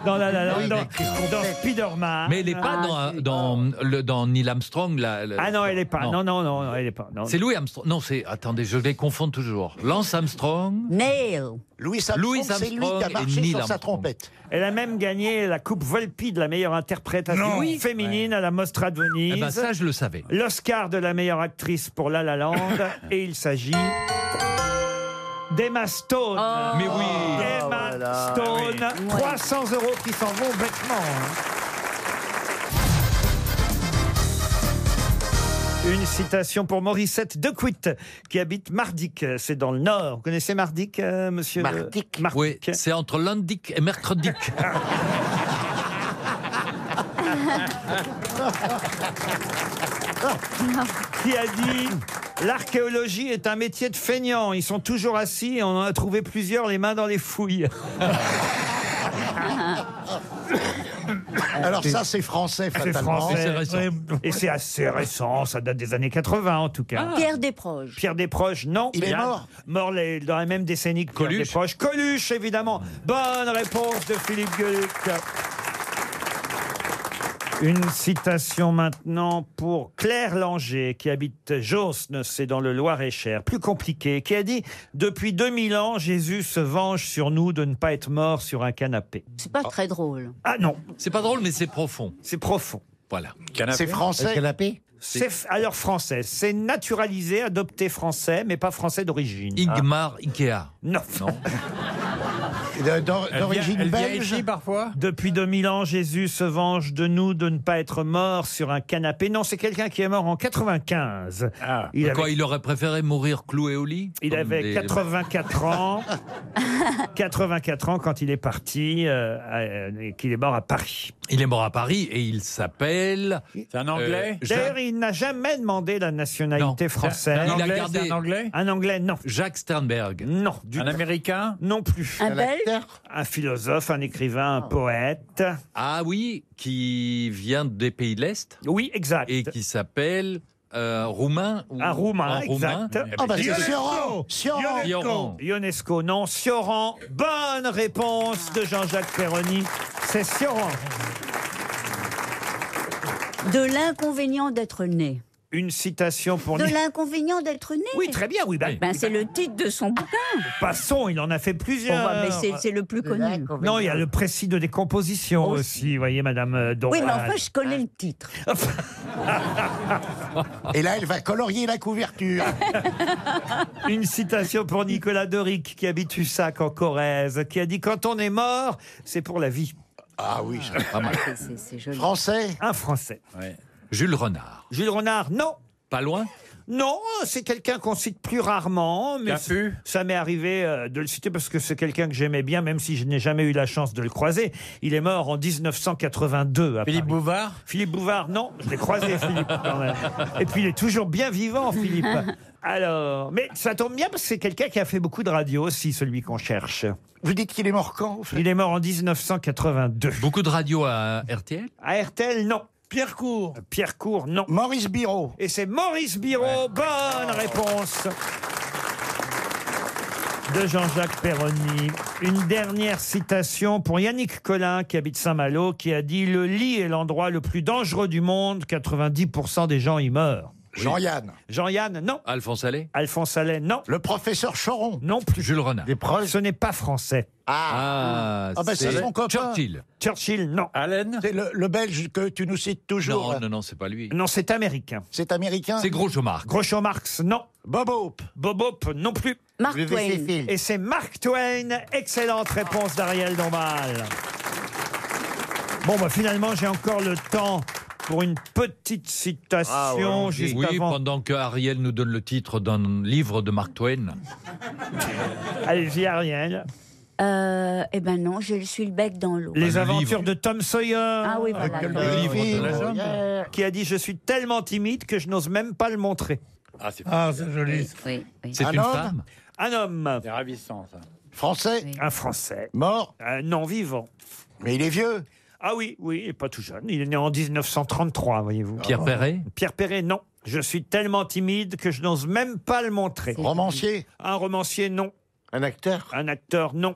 S5: Dans La La Land,
S7: Oui,
S5: dans,
S7: l'actrice
S5: dans Spider-Man.
S7: mais elle n'est pas dans, dans, le, dans Neil Armstrong. la- la-
S5: Ah non, elle n'est pas. Non, non, non, non, elle n'est pas. non.
S7: C'est Louis Armstrong. Non, c'est. Attendez, je les confonds toujours. Lance Armstrong.
S9: Neil.
S14: Louis
S7: Armstrong, Louis c'est lui qui a Armstrong et marché Neil sur sa Armstrong.
S14: trompette.
S5: Elle a même gagné la Coupe Volpi de la meilleure interprétation
S7: Non. Oui.
S5: féminine à la Mostra de Venise.
S7: Eh ben, ça, je le savais.
S5: L'Oscar de la meilleure actrice pour La La Land. et il s'agit d'Emma Stone.
S7: Oh. Mais oui.
S5: Emma Stone. 300 euros qui s'en vont bêtement. hein. Une citation pour Morissette Dequitte, qui habite Mardic, c'est dans le Nord. Vous connaissez Mardic, euh, monsieur Mardic
S7: Oui, c'est entre lundi et mercredi.
S5: qui a dit L'archéologie est un métier de feignant. Ils sont toujours assis et on en a trouvé plusieurs les mains dans les fouilles.
S11: Ah,
S14: Alors ça, c'est français,
S5: C'est
S14: fatalement.
S5: français.
S14: C'est récent. Ah.
S5: Et c'est assez récent, ça date des années 80 en tout cas.
S9: Pierre Desproges.
S5: Pierre Desproges, non.
S9: Il est mort
S5: Mort les- dans la même décennie que Pierre
S7: Coluche.
S5: Desproges. Coluche, évidemment. Bonne réponse de Philippe Gueluc. Une citation maintenant pour Claire Langer, qui habite Josne, c'est dans le Loir-et-Cher, plus compliqué, qui a dit « Depuis 2000 ans, Jésus se venge sur nous de ne pas être mort sur un canapé. »
S9: C'est pas très drôle.
S5: Ah non
S7: C'est pas drôle, mais c'est profond.
S5: C'est profond.
S7: Voilà.
S14: C'est français.
S5: C'est f- alors français. C'est naturalisé, adopté français, mais pas français d'origine.
S7: Ingmar Ikea.
S5: Non.
S14: d'origine Elle vient- elle vient belge ici,
S5: parfois Depuis 2000 ans, Jésus se venge de nous de ne pas être mort sur un canapé. Non, c'est quelqu'un qui est mort en 95. Il
S7: Quoi,
S5: avait-
S7: il aurait préféré mourir cloué au lit
S5: Il
S7: Ah, Comme
S5: avait
S7: des-
S5: 84 ans. 84 ans quand il est parti euh, euh, et qu'il est mort à Paris.
S7: Il est mort à Paris et il s'appelle. C'est un
S5: Euh, D'ailleurs, il n'a jamais demandé la nationalité française.
S7: C'est un Il a Anglais, gardé- c'est un Anglais
S5: Un Anglais, non.
S7: Jacques Sternberg.
S5: Non.
S7: Un
S5: Américain Non plus.
S7: Un Un Belge acteur
S5: Un philosophe, un écrivain, un poète.
S7: Ah oui, qui vient des pays de l'Est.
S5: Oui, exact.
S7: Et qui s'appelle euh, roumain. ou-
S5: Un Ah, roumain,
S7: en roumain.
S5: exact. Ah,
S14: Ah,
S5: bah,
S7: Eh ben,
S14: bah,
S7: c'est- Sioran.
S5: Ionesco, non. Sioran, bonne réponse de Jean-Jacques Perroni. C'est Sioran.
S9: De l'inconvénient d'être né.
S5: Une citation pour...
S9: De
S5: Ni-
S9: l'inconvénient d'être né.
S5: Oui, très bien, oui. bah-
S9: Ben, c'est le titre de son bouquin.
S5: Passons, il en a fait plusieurs.
S9: Bon, bah, mais c'est- c'est le plus connu.
S5: Non, il y a le précis de décomposition aussi, vous voyez, Madame euh, Dombal.
S9: Oui, mais enfin, je connais le titre.
S14: Et là, elle va colorier la couverture.
S5: Une citation pour Nicolas Doric, qui habite Hussac en Corrèze, qui a dit Quand on est mort, c'est pour la vie.
S14: Ah oui, c'est pas mal.
S5: Français Un Français.
S7: Jules Renard.
S5: Jules Renard, non.
S7: Pas loin
S5: Non, c'est quelqu'un qu'on cite plus rarement, mais c- ça m'est arrivé euh, de le citer parce que c'est quelqu'un que j'aimais bien, même si je n'ai jamais eu la chance de le croiser. Il est mort en 1982. Philippe
S8: Bouvard
S5: Philippe Bouvard, non, je l'ai croisé, Philippe, quand même. Et puis il est toujours bien vivant, Philippe. Alors, mais ça tombe bien parce que c'est quelqu'un qui a fait beaucoup de radio aussi, celui qu'on cherche.
S14: Vous dites qu'il est mort quand au fait
S5: Il est mort en 1982.
S7: Beaucoup de radio à RTL
S5: À RTL, non. Pierre Cour. Pierre Cour, non.
S14: Maurice Biro.
S5: Et c'est Maurice Biro. Bonne réponse de Jean-Jacques Perroni. Une dernière citation pour Yannick Collin, qui habite Saint-Malo, qui a dit Le lit est l'endroit le plus dangereux du monde. 90% des gens y meurent.
S14: Jean-Yann.
S5: Jean-Yann, non.
S7: Alphonse Allais.
S5: Alphonse Allais, non.
S14: Le professeur Choron.
S5: Non plus.
S7: Jules Renard.
S5: Des Ce n'est pas français.
S14: Ah, ben c'est son copain.
S5: Churchill, non.
S7: Allen
S14: C'est le, le Belge que tu nous cites toujours.
S7: Non, non, non, c'est pas lui.
S5: Non, c'est américain.
S14: C'est américain
S7: C'est Groucho Marx.
S5: Groucho Marx, non.
S14: Bob Hope.
S5: Bob Hope, non plus.
S14: Mark Le Twain. Westfield.
S5: Et c'est Mark Twain. Excellente réponse d'Ariel Dombal. Bon, bah finalement, j'ai encore le temps pour une petite citation juste
S7: oui,
S5: avant.
S7: pendant que Ariel nous donne le titre d'un livre de Mark Twain.
S5: Allez-y, Ariel.
S9: Euh, eh ben non, je suis le bec dans l'eau.
S5: Les aventures de Tom Sawyer.
S9: Ah oui, voilà. Euh,
S5: Avec
S9: Le
S5: livre
S9: livre
S5: de
S9: de
S5: Tom
S9: Sawyer.
S5: Qui a dit Je suis tellement timide que je n'ose même pas le montrer.
S10: Ah, c'est Ah, c'est joli.
S9: Oui, oui.
S10: C'est
S5: Un
S10: une
S5: homme
S10: femme
S5: Un homme.
S10: C'est ravissant, ça.
S14: Français
S5: Un Français.
S14: Mort
S5: Non, vivant.
S14: Mais il est vieux
S5: Ah oui, oui, il est pas tout jeune. Il est né en 1933, voyez-vous.
S7: Pierre Perret
S5: Pierre Perret, non. Je suis tellement timide que je n'ose même pas le montrer.
S14: Romancier
S5: Un romancier, non.
S11: Un acteur
S5: Un acteur, non.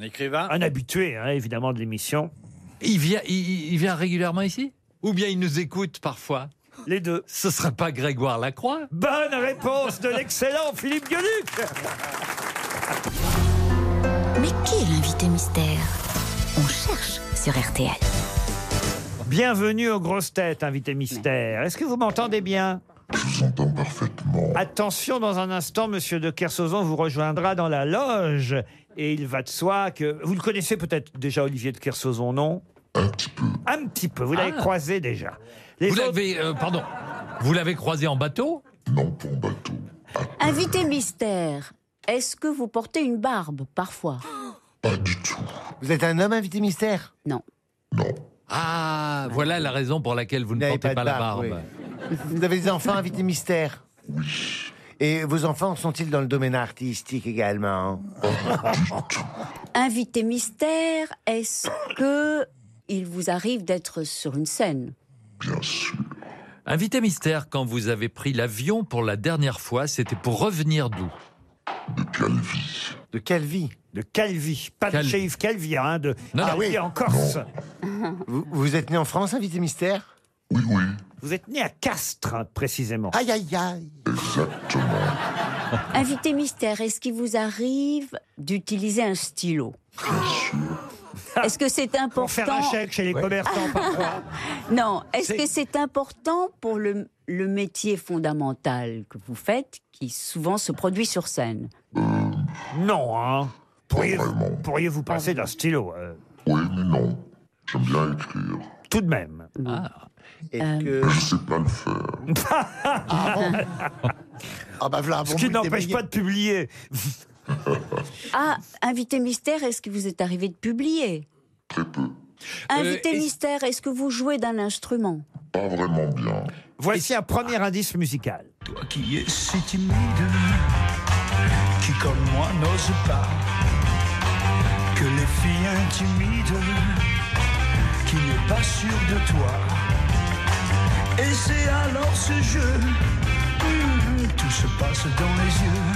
S10: Un écrivain
S5: Un habitué, hein, évidemment, de l'émission.
S7: Il vient, il, il vient régulièrement ici Ou bien il nous écoute parfois
S5: Les deux.
S7: Ce ne serait pas Grégoire Lacroix
S5: Bonne réponse de l'excellent Philippe Gueluc
S4: Mais qui est l'invité mystère On cherche sur RTL.
S5: Bienvenue aux grosses têtes, invité mystère. Est-ce que vous m'entendez bien Je vous entends parfaitement. Attention, dans un instant, monsieur de Kersauzon vous rejoindra dans la loge. Et il va de soi que. Vous le connaissez peut-être déjà, Olivier de Kersauzon, non Un petit peu. Un petit peu, vous l'avez
S7: Ah.
S5: croisé déjà.
S7: Vous l'avez, euh, pardon, vous l'avez croisé en bateau
S9: Invité mystère, est-ce que vous portez une barbe parfois
S11: Vous êtes un homme invité mystère
S9: Non.
S7: Ah, voilà la raison pour laquelle vous ne
S11: n'avez
S7: portez pas,
S11: pas de
S7: la
S11: barbe,
S7: barbe.
S11: Vous avez des enfants invités mystère Oui. Et vos enfants sont-ils dans le domaine artistique également
S9: Invité mystère, est-ce que il vous arrive d'être sur une scène
S7: Invité mystère, quand vous avez pris l'avion pour la dernière fois, c'était pour revenir d'où
S11: De Calvi.
S5: De Calvi. Pas
S7: Calvi.
S5: de chez Yves Calvi, hein, de
S7: Non, non.
S5: Calvi
S7: Ah oui.
S5: en Corse.
S11: Vous, vous êtes né en France, invité mystère
S5: Vous êtes né à Castres, hein, précisément.
S11: Aïe, aïe, aïe.
S9: Invité mystère, est-ce qu'il vous arrive d'utiliser un stylo Est-ce que c'est important
S5: Pour faire un chèque chez les commerçants, parfois.
S9: Non, est-ce
S5: C'est-
S9: que c'est important pour le, le métier fondamental que vous faites, qui souvent se produit sur scène
S5: Non, hein. Pourriez-vous pourriez vous passer d'un stylo euh,
S15: J'aime bien écrire.
S5: Tout de même.
S11: Est-ce
S15: Mais Je sais pas le faire.
S14: Ah bah voilà, un
S5: Ce
S14: bon
S5: qui
S14: bout de
S5: n'empêche
S14: débrouiller.
S5: pas de publier.
S9: Ah, invité mystère, est-ce que vous êtes arrivé de publier Invité
S5: Euh, est-ce-
S9: mystère, est-ce que vous jouez d'un instrument
S15: Pas vraiment bien.
S5: Voici un premier indice musical.
S15: Toi qui es si timide, qui comme moi n'ose pas, que les filles intimides, qui n'est pas sûre de toi. Et c'est alors ce jeu, hum, tout se passe dans les yeux.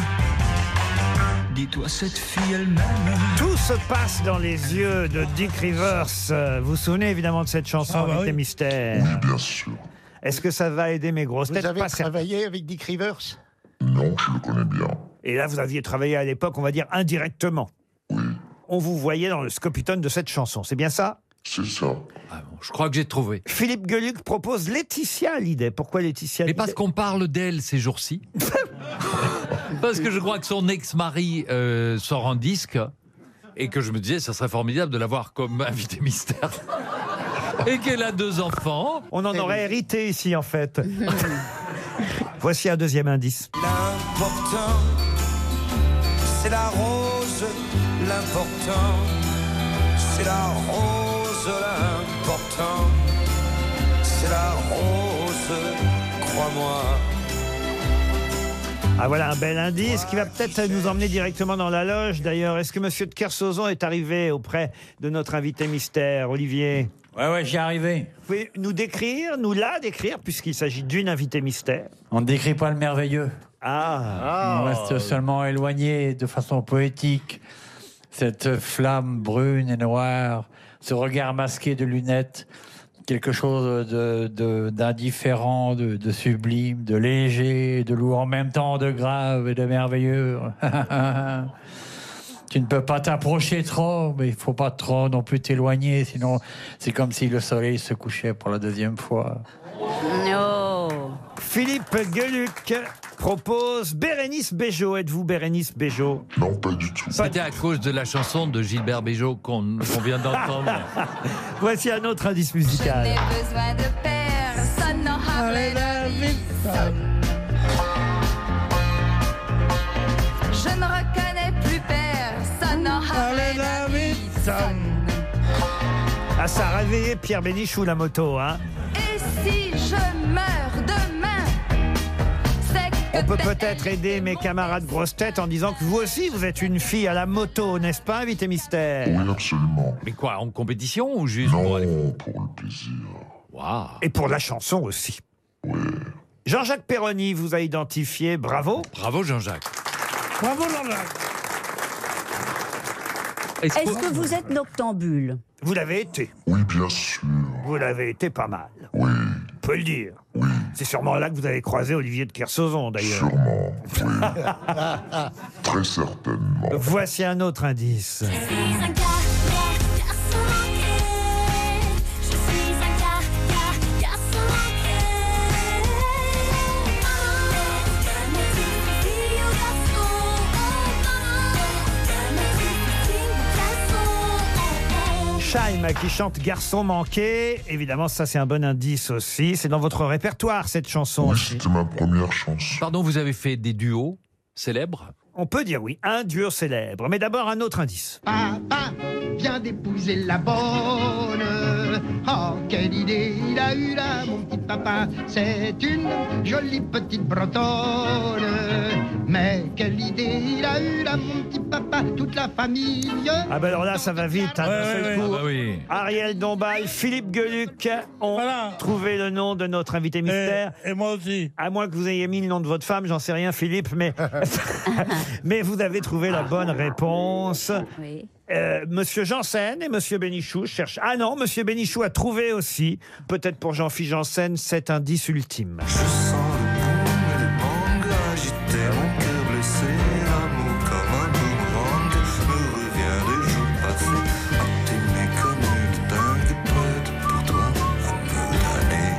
S15: Dis-toi, cette fille elle-même.
S5: Tout se passe dans les yeux de Dick Rivers. Euh, Vous vous souvenez évidemment de cette chanson,
S14: bah
S5: Invité
S14: oui.
S5: Mystère
S15: Bien sûr.
S5: Est-ce que ça va aider mes grosses
S14: Vous
S5: têtes
S14: avez
S5: Pas certain.
S14: travaillé avec Dick Rivers
S5: Et là, vous aviez travaillé à l'époque, on va dire indirectement. On vous voyait dans le scopitone de cette chanson, c'est bien ça
S15: C'est ça.
S7: Ah bon, Je crois que j'ai trouvé.
S5: Philippe Gueluc propose Laetitia Hallyday. Pourquoi Laetitia
S7: Mais
S5: Hallyday
S7: parce qu'on parle d'elle ces jours-ci. parce que je crois que son ex-mari euh, sort en disque et que je me disais, ça serait formidable de l'avoir comme invité mystère. Et qu'elle a deux enfants.
S5: On en aurait hérité ici, en fait. Voici un deuxième indice.
S15: L'important, c'est la rose, l'important, c'est la rose, l'important, c'est la rose, crois-moi.
S5: Ah voilà un bel indice qui va peut-être nous emmener directement dans la loge d'ailleurs. Est-ce que monsieur de Kersauzon est arrivé auprès de notre invité mystère, Olivier
S8: Ouais, ouais, j'y arrivé.
S5: Vous pouvez nous décrire, nous la décrire, puisqu'il s'agit d'une invitée mystère.
S8: On ne décrit pas le merveilleux.
S7: Oh,
S5: Ah,
S8: On reste seulement éloigné de façon poétique. Cette flamme brune et noire, ce regard masqué de lunettes quelque chose de- de- d'indifférent, de, de sublime, de léger, de lourd en même temps, de grave et de merveilleux. tu ne peux pas t'approcher trop, mais il faut pas trop non plus t'éloigner, sinon c'est comme si le soleil se couchait pour la deuxième fois.
S9: Oh.
S5: Philippe Gueluc propose Bérénice Bejo. Êtes-vous Bérénice Bejo Non, pas du tout.
S7: C'était à cause de la chanson de Gilbert Béjot qu'on qu'on vient d'entendre.
S5: Voici un autre indice musical.
S18: besoin de personne, non, Harley Davidson. Je ne reconnais plus personne, non, Harley Davidson.
S5: Ah, ça a réveillé Pierre Bénichou, la moto, hein
S18: Et si je meurs demain, c'est que
S5: On peut peut-être aider mes camarades grosses têtes en disant que vous aussi, vous êtes une fille à la moto, n'est-ce pas, invité mystère
S7: Oui, absolument. Mais quoi, en compétition ou juste Non, pour, le plaisir. Waouh
S5: Et pour la chanson aussi. Jean-Jacques Perroni vous a identifié, bravo.
S7: Bravo Jean-Jacques.
S10: Bravo, Jean-Jacques.
S9: Est-ce que vous êtes noctambule
S5: Vous l'avez été.
S19: Oui, bien sûr.
S5: Vous l'avez été pas mal. Oui. On peut le dire. C'est sûrement là que vous avez croisé Olivier de Kersauzon, d'ailleurs. Sûrement,
S19: Très certain.
S5: Voici un autre indice. Scheim qui chante Garçon manqué. Évidemment, ça c'est un bon indice aussi. C'est dans votre répertoire cette chanson. aussi.
S19: C'était ma première chance.
S7: Pardon, vous avez fait des duos célèbres
S5: On peut dire oui, un duo célèbre. Mais d'abord un autre indice.
S20: Papa vient Ah, d'épouser la bonne. Oh, quelle idée il a eu là, mon petit papa. C'est une jolie petite bretonne. Mais quelle idée il a eu là, mon petit papa. Toute la famille.
S5: Ah ben alors là, ça va vite. hein, d'un
S20: Ouais,
S5: seul
S20: ouais,
S7: Ah
S5: coup.
S7: bah
S20: ouais.
S5: Ariel Dombal, Philippe Gueluc ont trouvé le nom de notre invité mystère.
S10: Et, moi aussi.
S5: À moins que vous ayez mis le nom de votre femme, j'en sais rien, Philippe, mais, mais vous avez trouvé la bonne réponse. Euh, Monsieur Janssen et Monsieur Bénichou cherchent. Ah non, Monsieur Bénichou a trouvé aussi, peut-être pour Jean-Philippe Janssen, cet indice ultime.
S15: J'étais mon cœur blessé, l'amour comme un boomerang me revient des jours passés. Un petit méconnu de dingue, prête pour toi à me damner.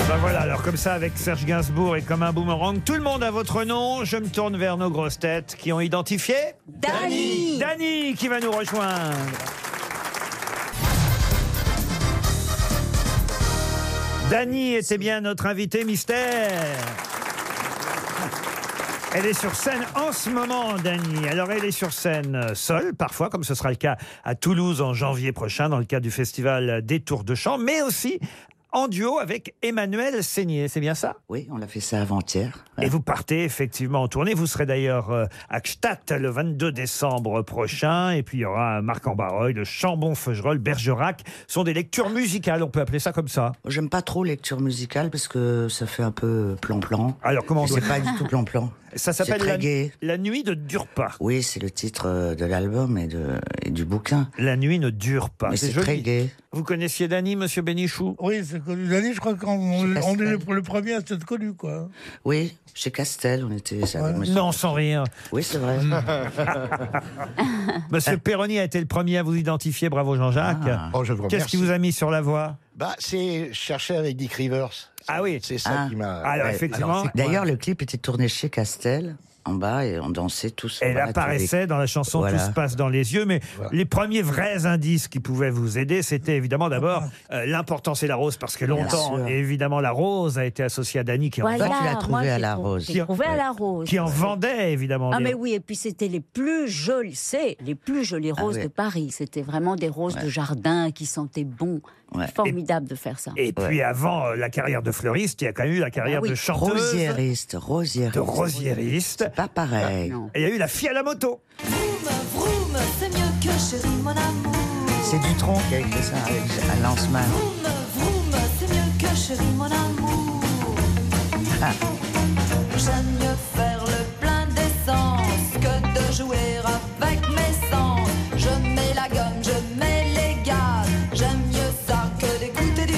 S5: Ah bah voilà, alors comme ça, avec Serge Gainsbourg et comme un boomerang, tout le monde à votre nom. Je me tourne vers nos grosses têtes qui ont identifié. Dany Dany qui va nous rejoindre. Dany était bien notre invité mystère. Elle est sur scène en ce moment, Dany. Alors, elle est sur scène euh, seule, parfois, comme ce sera le cas à Toulouse en janvier prochain, dans le cadre du festival des Tours de Chant, mais aussi en duo avec Emmanuel Seigné. C'est bien ça
S21: Oui, on l'a fait ça avant-hier.
S5: Et vous partez effectivement en tournée. Vous serez d'ailleurs euh, à Gstaad le 22 décembre prochain. Et puis il y aura Marc Ambareuil, le Chambon Feugerolles, Bergerac. Ce sont des lectures musicales, on peut appeler ça comme ça.
S21: J'aime pas trop lecture musicale parce que ça fait un peu plan-plan.
S5: Alors comment on
S21: C'est
S5: doit-
S14: Ah,
S21: pas du tout plan-plan.
S5: Ça
S21: C'est
S5: s'appelle
S21: très
S5: la-
S21: gai.
S5: la nuit de Durpa.
S21: Oui, c'est le titre euh, de l'album et, de, et du bouquin.
S5: La nuit ne dure pas.
S21: Mais
S5: C'est
S21: c'est
S5: joli.
S21: très gai.
S5: Vous connaissiez Dany, monsieur Bénichou
S10: Oui, c'est connu. Dany, je crois qu'on on est le, le premier à s'être connu, quoi.
S21: Oui, chez Castel, on était. avec monsieur-
S5: Ah, Non, sans rire.
S21: Oui, c'est vrai.
S5: Monsieur Perroni a été le premier à vous identifier. Bravo Jean-Jacques.
S21: Ah.
S14: Oh, je vous
S5: Qu'est-ce qui
S14: remercie.
S5: vous a mis sur la voie
S14: Bah, c'est chercher avec Dick Rivers.
S5: Ah oui.
S14: C'est ça
S21: Ah.
S14: qui m'a.
S21: Ouais.
S14: Ouais. Alors, c'est quoi
S21: D'ailleurs, Oh, le clip était tourné chez Castel, en bas, et on dansait tous. en
S5: Elle
S21: bas, tous
S5: apparaissait
S21: les-
S5: dans la chanson
S21: Voilà.
S5: Tout se passe dans les yeux, mais les premiers vrais indices qui pouvaient vous aider, c'était évidemment d'abord euh, l'importance et la rose, parce que
S21: Bien
S5: longtemps,
S21: sûr.
S5: évidemment, la rose a été associée à Dany qui
S9: Voilà,
S5: en
S9: Toi, tu l'as moi, trouvée à j'ai la trou- rose. j'ai
S5: Qui en-
S9: trouvé à la rose.
S5: Qui en vendait, évidemment.
S9: Ah
S5: les-
S9: mais oui, et puis c'était les plus jolies, c'est les plus jolies
S21: Ah
S9: roses
S21: ouais.
S9: de Paris. C'était vraiment des roses de jardin qui sentaient bon.
S21: Ouais.
S9: Formidable de faire ça.
S5: Et puis avant euh, la carrière de fleuriste, il y a quand même eu la carrière
S21: oui,
S5: de chanteuse.
S21: rosiériste, rosiériste.
S5: De rosiériste.
S21: Pas pareil.
S5: Et il y a eu la fille à la moto.
S18: Vroom, c'est mieux que chérie, mon amour.
S21: C'est Dutronc qui a écrit Ah, ça avec un lancement.
S18: Vroom, vroom, c'est mieux que chérie, mon amour. J'aime mieux faire le plein d'essence que de jouer avec mes sens. Je mets la gomme, je mets les gaz. J'aime mieux ça que d'écouter du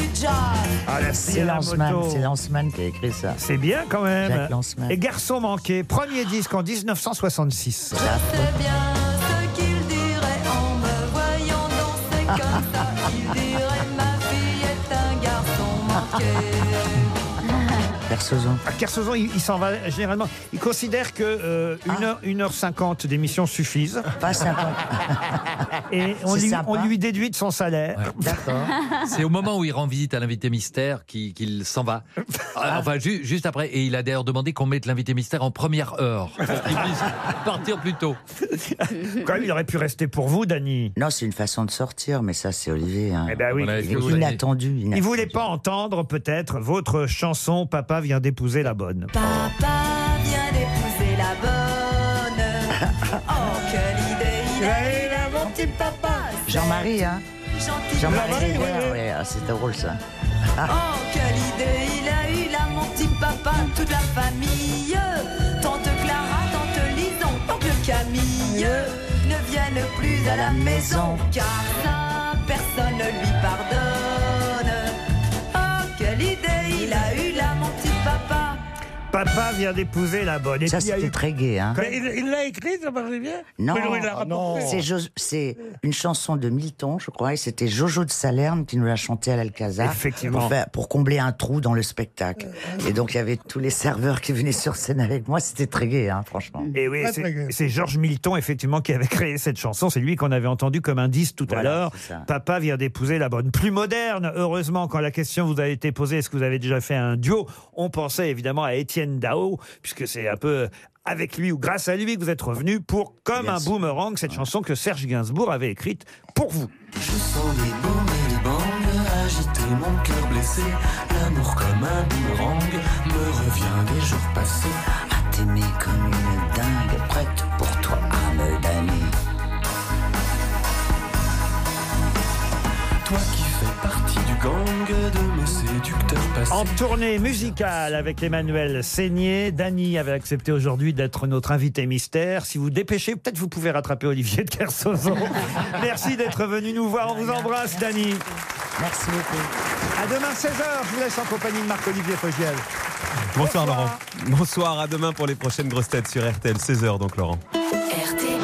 S5: Merci
S21: C'est
S5: Alain
S21: Lanzmann,
S5: Ah, Moto.
S21: c'est Lanzmann qui a écrit ça.
S5: C'est bien quand même.
S21: Jacques Lanzmann.
S5: Et Garçon manqué, premier disque en 1966.
S18: C'est bien ce qu'il dirait en me voyant danser comme ça. Il dirait ma fille est un garçon manqué.
S5: Kersozon. Kersozon, Ah, il, il s'en va généralement. Il considère que euh, 1h50 d'émission suffisent.
S21: Ah. Pas 50.
S5: Et on
S21: C'est
S5: lui,
S21: sympa.
S5: on lui déduit de son salaire.
S7: C'est au moment où il rend visite à l'invité mystère qu'il qu'il s'en va. Euh, Enfin, ju- juste après. Et il a d'ailleurs demandé qu'on mette l'invité mystère en première heure. Pour qu'il puisse partir plus tôt.
S5: Quand même, il aurait pu rester pour vous, Dany.
S21: Non, c'est une façon de sortir, mais ça, c'est Olivier. hein.
S5: Eh ben oui. Voilà,
S21: Il
S5: je
S21: est
S5: vous l'ai dit.
S21: inattendu.
S5: Il ne voulait pas entendre peut-être votre chanson Papa vient d'épouser la bonne.
S18: Papa vient d'épouser la bonne. Oh, quelle idée il a eu, là, mon petit papa.
S21: Jean-Marie, hein
S18: Gentil Oh,
S21: Jean-Marie
S18: papa.
S21: Hébert, ouais, ah, c'est drôle ça.
S18: Oh, quelle idée il a eu là, mon petit papa, toute la famille. Tante Clara, tante Lison, oncle Camille ne viennent plus à la maison car ça, personne ne lui pardonne. Oh, quelle idée il a eu là, mon petit papa.
S5: Papa vient d'épouser la bonne.
S21: Ça, c'était très gai, hein
S10: Mais il il l'a écrit, ça marie bien
S21: Non,
S10: Mais il l'a rapporté.
S21: c'est Jo- c'est une chanson de Milton, je crois, et c'était Jojo de Salerne qui nous l'a chantée à l'Alcazar
S5: Effectivement.
S21: pour, faire- pour combler un trou dans le spectacle. Et donc, il y avait tous les serveurs qui venaient sur scène avec moi, c'était très gai, hein, franchement.
S5: Et Eh oui, c'est- c'est Georges Milton, effectivement, qui avait créé cette chanson. C'est lui qu'on avait entendu comme indice tout à
S21: Voilà,
S5: l'heure.
S21: c'est ça.
S5: Papa vient d'épouser la bonne. Plus moderne, heureusement, quand la question vous a été posée, est-ce que vous avez déjà fait un duo On pensait évidemment à Étienne Dao, puisque c'est un peu avec lui ou grâce à lui que vous êtes revenu pour Comme un boomerang, cette chanson que Serge Gainsbourg avait écrite pour vous.
S15: Je sens les boums et les bangs agiter mon cœur blessé. L'amour comme un boomerang me revient des jours passés. À t'aimer comme une dingue, prête pour toi à me damner. Toi qui fais partie du gang de mes séducteurs passés.
S5: En tournée musicale avec Emmanuel Seigné, Dany avait accepté aujourd'hui d'être notre invité mystère. Si vous dépêchez, peut-être vous pouvez rattraper Olivier de Kersauzon. Merci d'être venu nous voir. On vous embrasse, Dany.
S21: Merci beaucoup.
S5: À demain 16h. Je vous laisse en compagnie de Marc-Olivier Fogiel.
S1: Bonsoir, Laurent. Bonsoir, à demain pour les prochaines grosses têtes sur RTL, 16h donc Laurent.
S18: RTL.